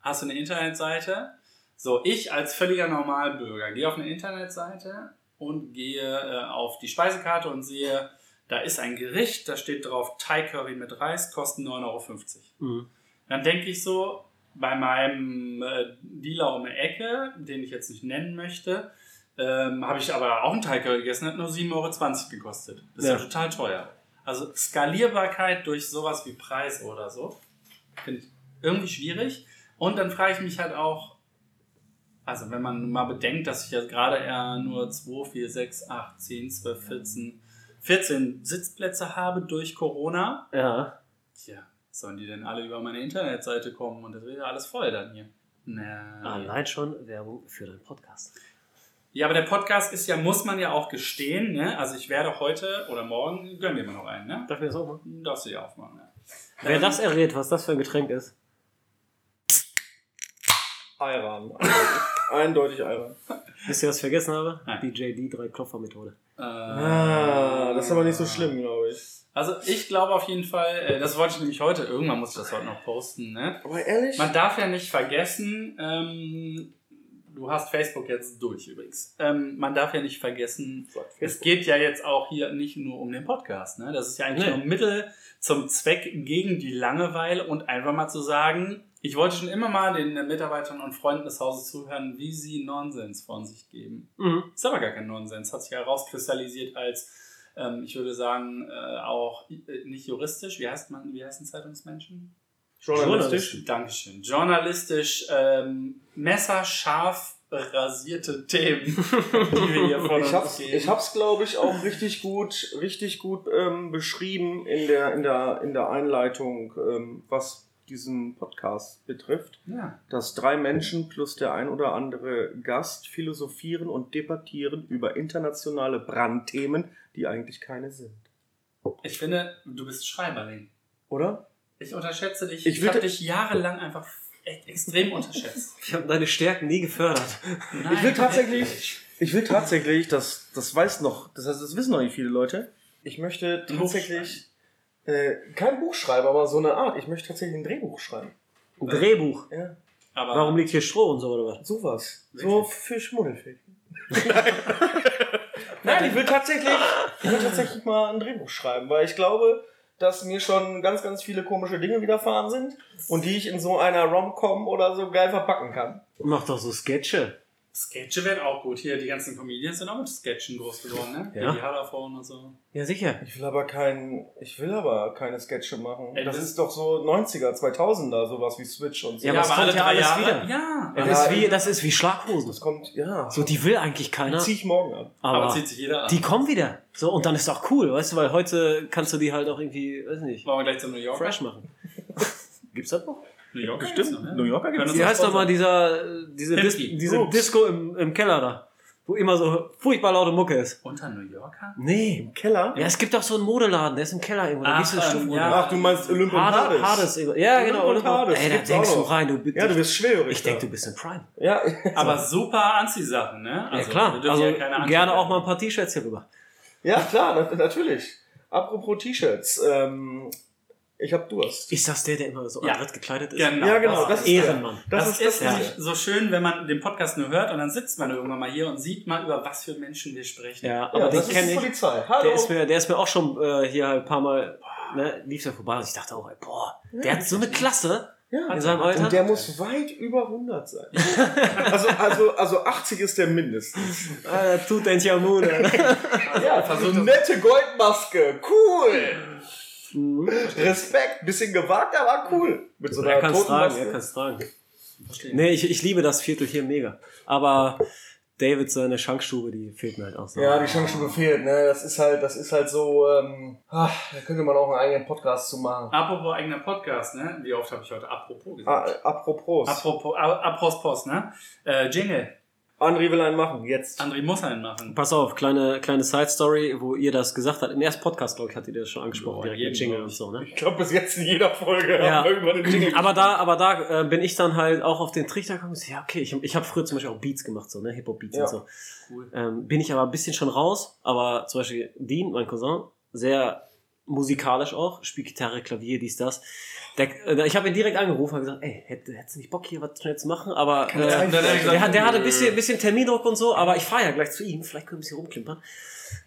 Hast du eine Internetseite? So, ich als völliger Normalbürger gehe auf eine Internetseite und gehe äh, auf die Speisekarte und sehe, da ist ein Gericht, da steht drauf Thai Curry mit Reis, kosten 9,50 Euro. Mhm. Dann denke ich so, bei meinem äh, Dealer um die Ecke, den ich jetzt nicht nennen möchte, ähm, habe ich aber auch einen Thai Curry gegessen, hat nur 7,20 Euro gekostet. Das ist ja Ja. total teuer. Also Skalierbarkeit durch sowas wie Preis oder so, finde ich irgendwie schwierig. Und dann frage ich mich halt auch, also wenn man mal bedenkt, dass ich ja gerade eher nur 2, 4, 6, 8, 10, 12, 14, 14 Sitzplätze habe durch Corona. Ja, Tja, sollen die denn alle über meine Internetseite kommen und das wäre ja alles voll dann hier? Ah, Na. allein Ah, schon Werbung für den Podcast. Ja, aber der Podcast ist ja, muss man ja auch gestehen, ne? Also ich werde heute oder morgen, gönn dir mal noch einen, ne? Darf ich mir das auch machen? Darfst du ja aufmachen, ne? Wer das errät, was das für ein Getränk ist, Iran. Eindeutig Iran. wisst ihr, was ich vergessen habe? Nein. Die JD3-Klopfer-Methode. Äh, Ah, das ist aber nicht so schlimm, glaube ich. Also ich glaube auf jeden Fall, äh, das wollte ich nämlich heute, irgendwann muss ich das heute noch posten, ne? Aber ehrlich? Man darf ja nicht vergessen, ähm, du hast Facebook jetzt durch übrigens. Ähm, man darf ja nicht vergessen, Sagt es Facebook. geht ja jetzt auch hier nicht nur um den Podcast. Ne? Das ist ja eigentlich Nee. nur ein Mittel zum Zweck gegen die Langeweile und einfach mal zu sagen, ich wollte schon immer mal den äh, Mitarbeitern und Freunden des Hauses zuhören, wie sie Nonsens von sich geben. Mhm. Ist aber gar kein Nonsens. Hat sich herauskristallisiert als, ähm, ich würde sagen, äh, auch äh, nicht juristisch. Wie heißt man, wie heißen Zeitungsmenschen? Journalistisch? Dankeschön. Journalistisch ähm, messerscharf rasierte Themen, die wir hier vor uns Ich hab's, geben. ich hab's glaube ich, auch richtig gut, richtig gut ähm, beschrieben in der, in der, in der Einleitung, ähm, was diesen Podcast betrifft. ja. dass drei Menschen plus der ein oder andere Gast philosophieren und debattieren über internationale Brandthemen, die eigentlich keine sind. ich finde, du bist Schreiberling. Oder? Ich unterschätze dich. Ich, Ich hab würde- habe dich jahrelang einfach echt extrem unterschätzt. Ich habe deine Stärken nie gefördert. Nein, ich will tatsächlich, ich will tatsächlich, das, das weiß noch, das heißt, das wissen noch nicht viele Leute. Ich möchte Buch tatsächlich äh, kein Buch schreiben, aber so eine Art. Ich möchte tatsächlich ein Drehbuch schreiben. Ein Drehbuch. Ja, Aber Warum liegt hier Stroh und so oder was? sowas. So für Schmuddelfilm. Nein. Nein, ich will tatsächlich, ich will tatsächlich mal ein Drehbuch schreiben, weil ich glaube, dass mir schon ganz, ganz viele komische Dinge widerfahren sind und die ich in so einer Rom-Com oder so geil verpacken kann. Mach doch so Sketche. Sketche werden auch gut. Hier, die ganzen Comedians sind auch mit Sketchen groß geworden, ne? Ja. Die Hallerphone und so. Ja, sicher. Ich will aber kein, ich will aber keine Sketche machen. Ey, das das- ist doch so 90er, 2000er, sowas wie Switch und so. Ja, aber es kommt ja alles wieder. Ja. Ja, Das ist ich- wie, das ist wie Schlaghosen. Das kommt, ja. So, die will eigentlich die keiner. zieh ich morgen an. Aber, Aber zieht sich jeder an. die kommen wieder. So, und dann ist auch cool, weißt du, weil heute kannst du die halt auch irgendwie, weiß nicht, Wollen wir gleich zu New York? fresh machen. Gibt's das noch? New York Stimmt, New Yorker gibt's gibt's Wie heißt doch mal dieser, äh, diese, Dis Pimpy. diese Brooks. Disco im, im Keller da? wo immer so furchtbar laute Mucke ist. Unter New Yorker? Nee. Keller? Ja, es gibt auch so einen Modeladen, der ist im Keller irgendwo. Da Ach, gehst du eine Stufe ähm, runter. ja. Ach, du meinst Olymp und Hades. Hades. Hades. Ja, genau. Olymp und Hades. Ey, da Gibt's auch denkst du noch. rein. Du, bist- Ja, du bist schwer. ich denke, du bist in Prime. Ja, Aber super Anziehsachen, ne? Ja, Also, wir klar. dürfen Also ja keine Anzieh- gerne auch mal ein paar T-Shirts hier rüber. ja klar, nat- natürlich. Apropos T-Shirts. Ähm, ich hab Durst. Ist das der, der immer so Ja. adrett gekleidet ist? Genau. Ja, genau. Das, Das ist Ehrenmann. Das, das ist, ist das. nämlich so schön, wenn man den Podcast nur hört und dann sitzt man irgendwann mal hier und sieht mal, über was für Menschen wir sprechen. Ja, ja, aber den das ist kenne ich. Polizei. Hallo. Der ist, mir, der ist mir auch schon äh, hier halt ein paar Mal, ne, lief da vorbei und ich dachte auch, ey, boah, der hat so eine Klasse ja. in seinem Alter. Und der muss weit über 100 sein. also, also, also 80 ist der mindestens. ah, das tut den Jamune. Also, Ja, versucht das- nette Goldmaske. Cool. Respekt. Bisschen gewagt, aber cool. Mit so Mhm. Er einer kann es tragen, er Totenmaske. kann es tragen. Nee, ich, ich liebe das Viertel hier mega. Aber David, seine Schankstube, die fehlt mir halt auch so. Ja, die Schankstube fehlt, ne? Das ist halt, das ist halt so, ähm, ach, da könnte man auch einen eigenen Podcast zu machen. Apropos eigener Podcast, ne? Wie oft habe ich heute apropos gesagt? Ah, äh, apropos. Apropos, a- apropos, ne? Äh, Jingle. André will einen machen, jetzt. André muss einen machen. Pass auf, kleine, kleine Side-Story, wo ihr das gesagt habt. Im ersten Podcast, glaube ich, hat ihr das schon angesprochen, Boah, direkt jeden, mit Jingle glaub und so, ne? Ich glaube, bis jetzt in jeder Folge Ja. haben wir irgendwann einen Jingle Aber da, aber da äh, bin ich dann halt auch auf den Trichter gekommen. und so, Ja, okay, ich, ich habe früher zum Beispiel auch Beats gemacht, so, ne? Hip-Hop-Beats Ja. und so. Cool. Ähm, bin ich aber ein bisschen schon raus, aber zum Beispiel Dean, mein Cousin, sehr musikalisch auch, spielt Gitarre, Klavier, dies, das. Der, äh, ich habe ihn direkt angerufen und gesagt, ey, hätt, hättest du nicht Bock hier was schnell zu machen, aber äh, sein. der, dann hat er gesagt, hat- der hatte ein nö. bisschen, bisschen Termindruck und so, aber ich fahre ja gleich zu ihm, vielleicht können wir ein bisschen rumklimpern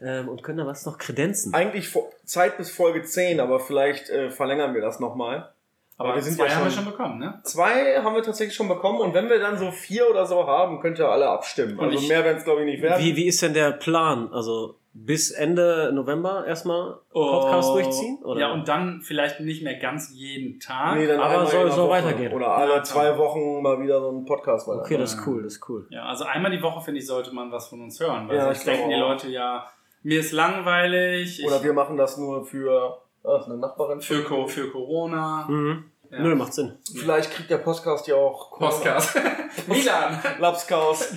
ähm, und können da was noch kredenzen. Eigentlich vor- Zeit bis Folge 10, aber vielleicht äh, verlängern wir das nochmal. Aber wir sind zwei ja haben wir schon- schon bekommen, ne? Zwei haben wir tatsächlich schon bekommen und wenn wir dann so vier oder so haben, könnt ihr alle abstimmen. Und Also ich- mehr werden es glaube ich nicht werden. Wie, wie ist denn der Plan? Also bis Ende November erstmal Podcast Oh. durchziehen? Oder? Ja, und dann vielleicht nicht mehr ganz jeden Tag. Nee, dann Aber einmal soll- in der soll Woche. weitergehen. Oder alle zwei Wochen mal wieder so einen Podcast weiter. okay, das ist cool, das ist cool. Ja, also einmal die Woche, finde ich, sollte man was von uns hören. Weil Ja, sonst ich glaube denken die auch. Leute ja, mir ist langweilig, Oder ich, wir machen das nur für ah, ist eine Nachbarin. für, Co- für Corona. Mhm. Ja. Nö, macht Sinn. Vielleicht kriegt der Podcast ja auch Podcast. Milan. Lapskaus.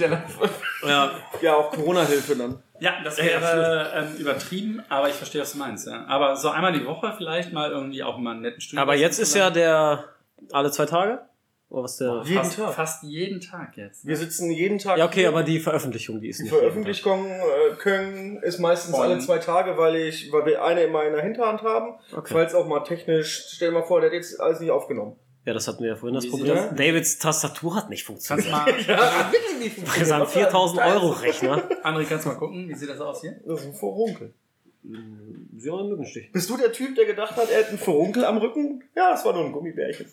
Ja, Ja, auch Corona-Hilfe dann. Ja, das wäre ähm, übertrieben, aber ich verstehe, was du meinst. Ja. Aber so einmal die Woche vielleicht mal irgendwie auch mal einen netten Stuhl. aber jetzt ist ja der alle zwei Tage? Oder was der? Jeden fast, Tag. fast jeden Tag jetzt. Wir sitzen jeden Tag. Ja, okay, aber die Veröffentlichung, die ist Die nicht. Veröffentlichung äh, können ist meistens Von- alle zwei Tage, weil ich, weil wir eine immer in der Hinterhand haben. Okay. Falls auch mal technisch, stell dir mal vor, der hat jetzt alles nicht aufgenommen. Ja, das hatten wir ja vorhin das Wie Problem. sieht das? Davids Tastatur hat nicht Kannst du funktioniert. mal, Ja, wirklich nicht. Bei seinem 4000 Euro Rechner. André, kannst du mal gucken, wie sieht das aus hier? Das ist ein Vorunkel. Sie haben einen Mückenstich. Bist du der Typ, der gedacht hat, er hat einen Vorunkel am Rücken? Ja, das war nur ein Gummibärchen.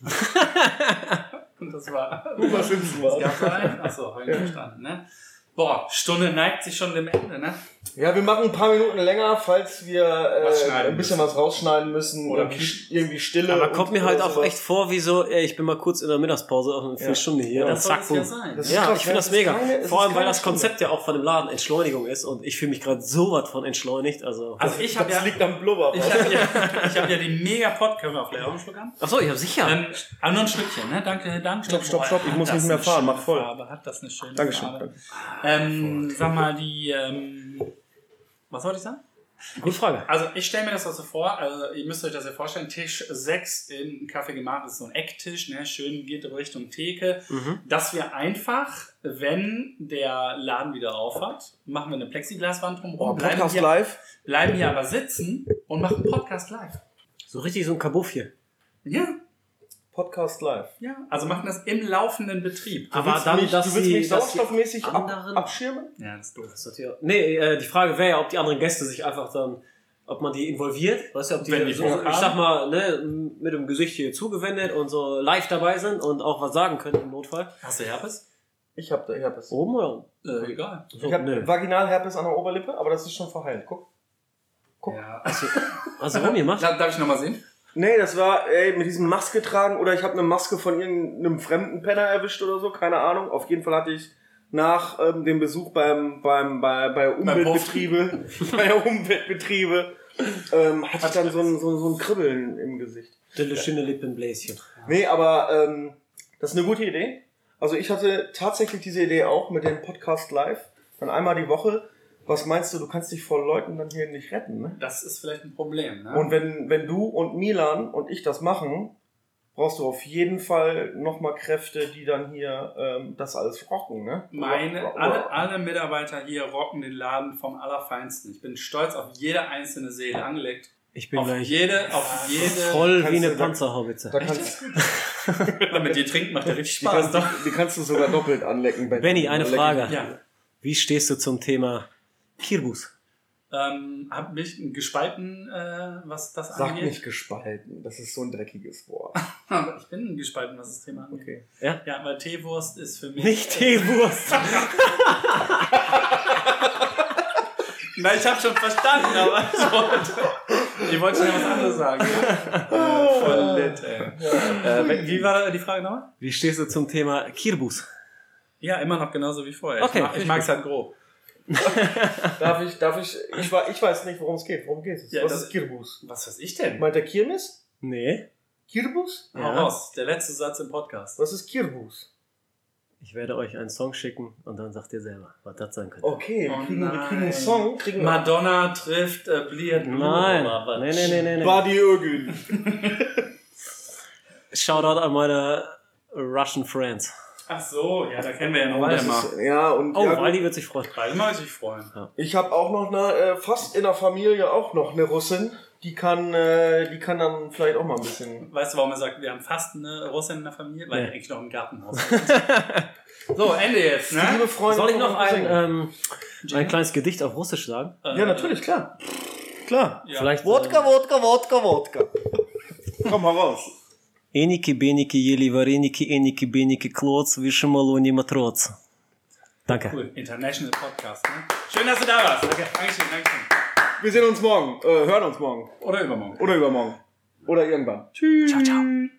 Und das war. Homer Simpson Das war. gab's da einen? Achso, habe ich nicht verstanden, ne? Boah, Stunde neigt sich schon dem Ende, ne? Ja, wir machen ein paar Minuten länger, falls wir Was äh, schneiden ein bisschen müssen. was rausschneiden müssen Oder oder irgendwie, irgendwie Stille. Aber und- kommt mir halt oder auch sowas. echt vor, wie so, ey, ich bin mal kurz in der Mittagspause auf eine Viertelstunde hier. Ja. dann Das soll es zack, boom. ja sein. Das ist Ja, krass, ich finde ne? Es das ist mega. keine- es Vor ist allem, weil keine das Konzept ja auch von dem Laden Entschleunigung ist und ich fühle mich gerade sowas von entschleunigt. Also, Also ich habe Das ja, liegt am Blubber. ich hab ja, ich hab ja die mega Pod. Können wir vielleicht auch einen Schluck haben? achso, ich habe sicher. Ähm, ah, nur ein Stückchen, ne? Danke, danke. Stopp, stopp, stopp, ich hat muss das nicht mehr eine fahren, schöne mach voll. Farbe, hat das eine schöne Dankeschön. Farbe. danke. Ähm, sag mal, die. Ähm, was wollte ich sagen? Gute Frage. Also, ich stelle mir das also vor, also ihr müsst euch das ja vorstellen: Tisch 6 im Café gemacht ist so ein Ecktisch, ne? schön geht Richtung Theke. Mhm. Dass wir einfach, wenn der Laden wieder auf hat, machen wir eine Plexiglaswand drumherum, bleiben, Oh, Podcast hier, live. bleiben hier aber sitzen und machen Podcast live. So richtig so ein Kabuff hier. Ja, Podcast live. ja. Also machen das im laufenden Betrieb. Aber willst dann, mich, dass du willst sie- mich dass die sauerstoffmäßig ab, anderen- abschirmen? Ja, das ist doof. Das ist natürlich auch- Nee, äh, die Frage wäre ja, ob die anderen Gäste sich einfach dann, ob man die involviert, weißt du, ob die, Wenn die so, Bock haben. ich sag mal, ne, mit dem Gesicht hier zugewendet und so live dabei sind und auch was sagen können im Notfall. Hast du Herpes? Ich hab, ich hab es. Oben oder? Äh, egal. So, ich hab nö. Vaginalherpes an der Oberlippe, aber das ist schon verheilt. Guck. Ja. Also rumgemacht? Darf darf ich nochmal sehen? Nee, das war ey, mit diesem Maske tragen oder ich habe eine Maske von irgendeinem fremden Penner erwischt oder so, keine Ahnung. Auf jeden Fall hatte ich nach ähm, dem Besuch beim beim bei, bei Umweltbetriebe, bei Umweltbetriebe, ähm, hatte ich dann so ein, so, ein- so ein Kribbeln im Gesicht. Dille schöne Lippenbläschen. Nee, aber ähm, das ist eine gute Idee. Also ich hatte tatsächlich diese Idee auch mit dem Podcast live. dann einmal die Woche. Was meinst du, du kannst dich vor Leuten dann hier nicht retten, ne? Das ist vielleicht ein Problem. Ne? Und wenn, wenn du und Milan und ich das machen, brauchst du auf jeden Fall nochmal Kräfte, die dann hier ähm, das alles rocken, ne? Meine, Rock- rock- alle, alle Mitarbeiter hier rocken den Laden vom Allerfeinsten. Ich bin stolz auf jede einzelne Seele angelegt. Ich bin auf gleich jede, auf jede. voll wie Kannst eine du da- Panzerhaubitze. Da kannst, Wenn man die trinkt, macht der richtig die, Spaß. kannst, Doch. die kannst du sogar doppelt anlecken, Benny. Benny, eine Leck ich- Frage. Ja. Wie stehst du zum Thema Kirbus? Ähm, hab mich gespalten, äh, was das Sag angeht. nicht gespalten, das ist so ein dreckiges Wort. Aber ich bin gespalten, was das Thema angeht. Okay. Ja, weil Teewurst ist für mich. Nicht Teewurst. Nein, ich habe schon verstanden, aber ich wollte, ich wollte schon was anderes sagen. Ja. Äh, voll lit, ey. Äh, wenn- wie war die Frage nochmal? Wie stehst du zum Thema Kirbus? Ja, immer noch genauso wie vorher. Okay, ich mag ich mag's halt grob. Darf ich, darf ich, ich, wa- ich weiß nicht, worum es geht. Worum geht es? Ja, Was das- ist Kirbus? Was weiß ich denn? Meint der Kirmes? Nee. Kirbus? Hau Ja. raus, der letzte Satz im Podcast. Was ist Kirbus? Ich werde euch einen Song schicken und dann sagt ihr selber, was das sein könnte. Okay, wir Oh kriegen, wir nein. kriegen einen Song, kriegen Madonna trifft äh, Bliert Blue, Nein. oder was? Nein, nein, nein, nein. nein. Badi Ögül. Shoutout an meine Russian Friends. Ach so, ja, da kennen wir ja noch Das Waldemar. ist- Ja, und Oh, ja, gut. Waldi wird sich freuen. Waldemar würde sich freuen. ich habe auch noch eine, äh, fast in der Familie auch noch eine Russin. Die kann, äh, die kann dann vielleicht auch mal ein bisschen. Weißt du, warum er sagt, wir haben fast eine Russin in der Familie? Weil Nee. er eigentlich noch im Gartenhaus ist. so, Ende jetzt, ne? Liebe Freunde, Soll ich noch von ein, Singen. ähm, ein kleines Gedicht auf Russisch sagen? ja, natürlich, klar. Klar. Ja. Vielleicht. äh, Wodka, Wodka, Wodka, Wodka. Komm mal raus. Eniki, Beniki, Jeli, Vareniki, Eniki, Beniki, Klotz, Wische, Maloni, Matroz. Danke. Cool, International Podcast, ne? Schön, dass du da warst. Danke. Dankeschön, Dankeschön. Wir sehen uns morgen. Äh, hören uns morgen. Oder übermorgen. Oder übermorgen. Oder irgendwann. Tschüss. Ciao, ciao. Tschüss.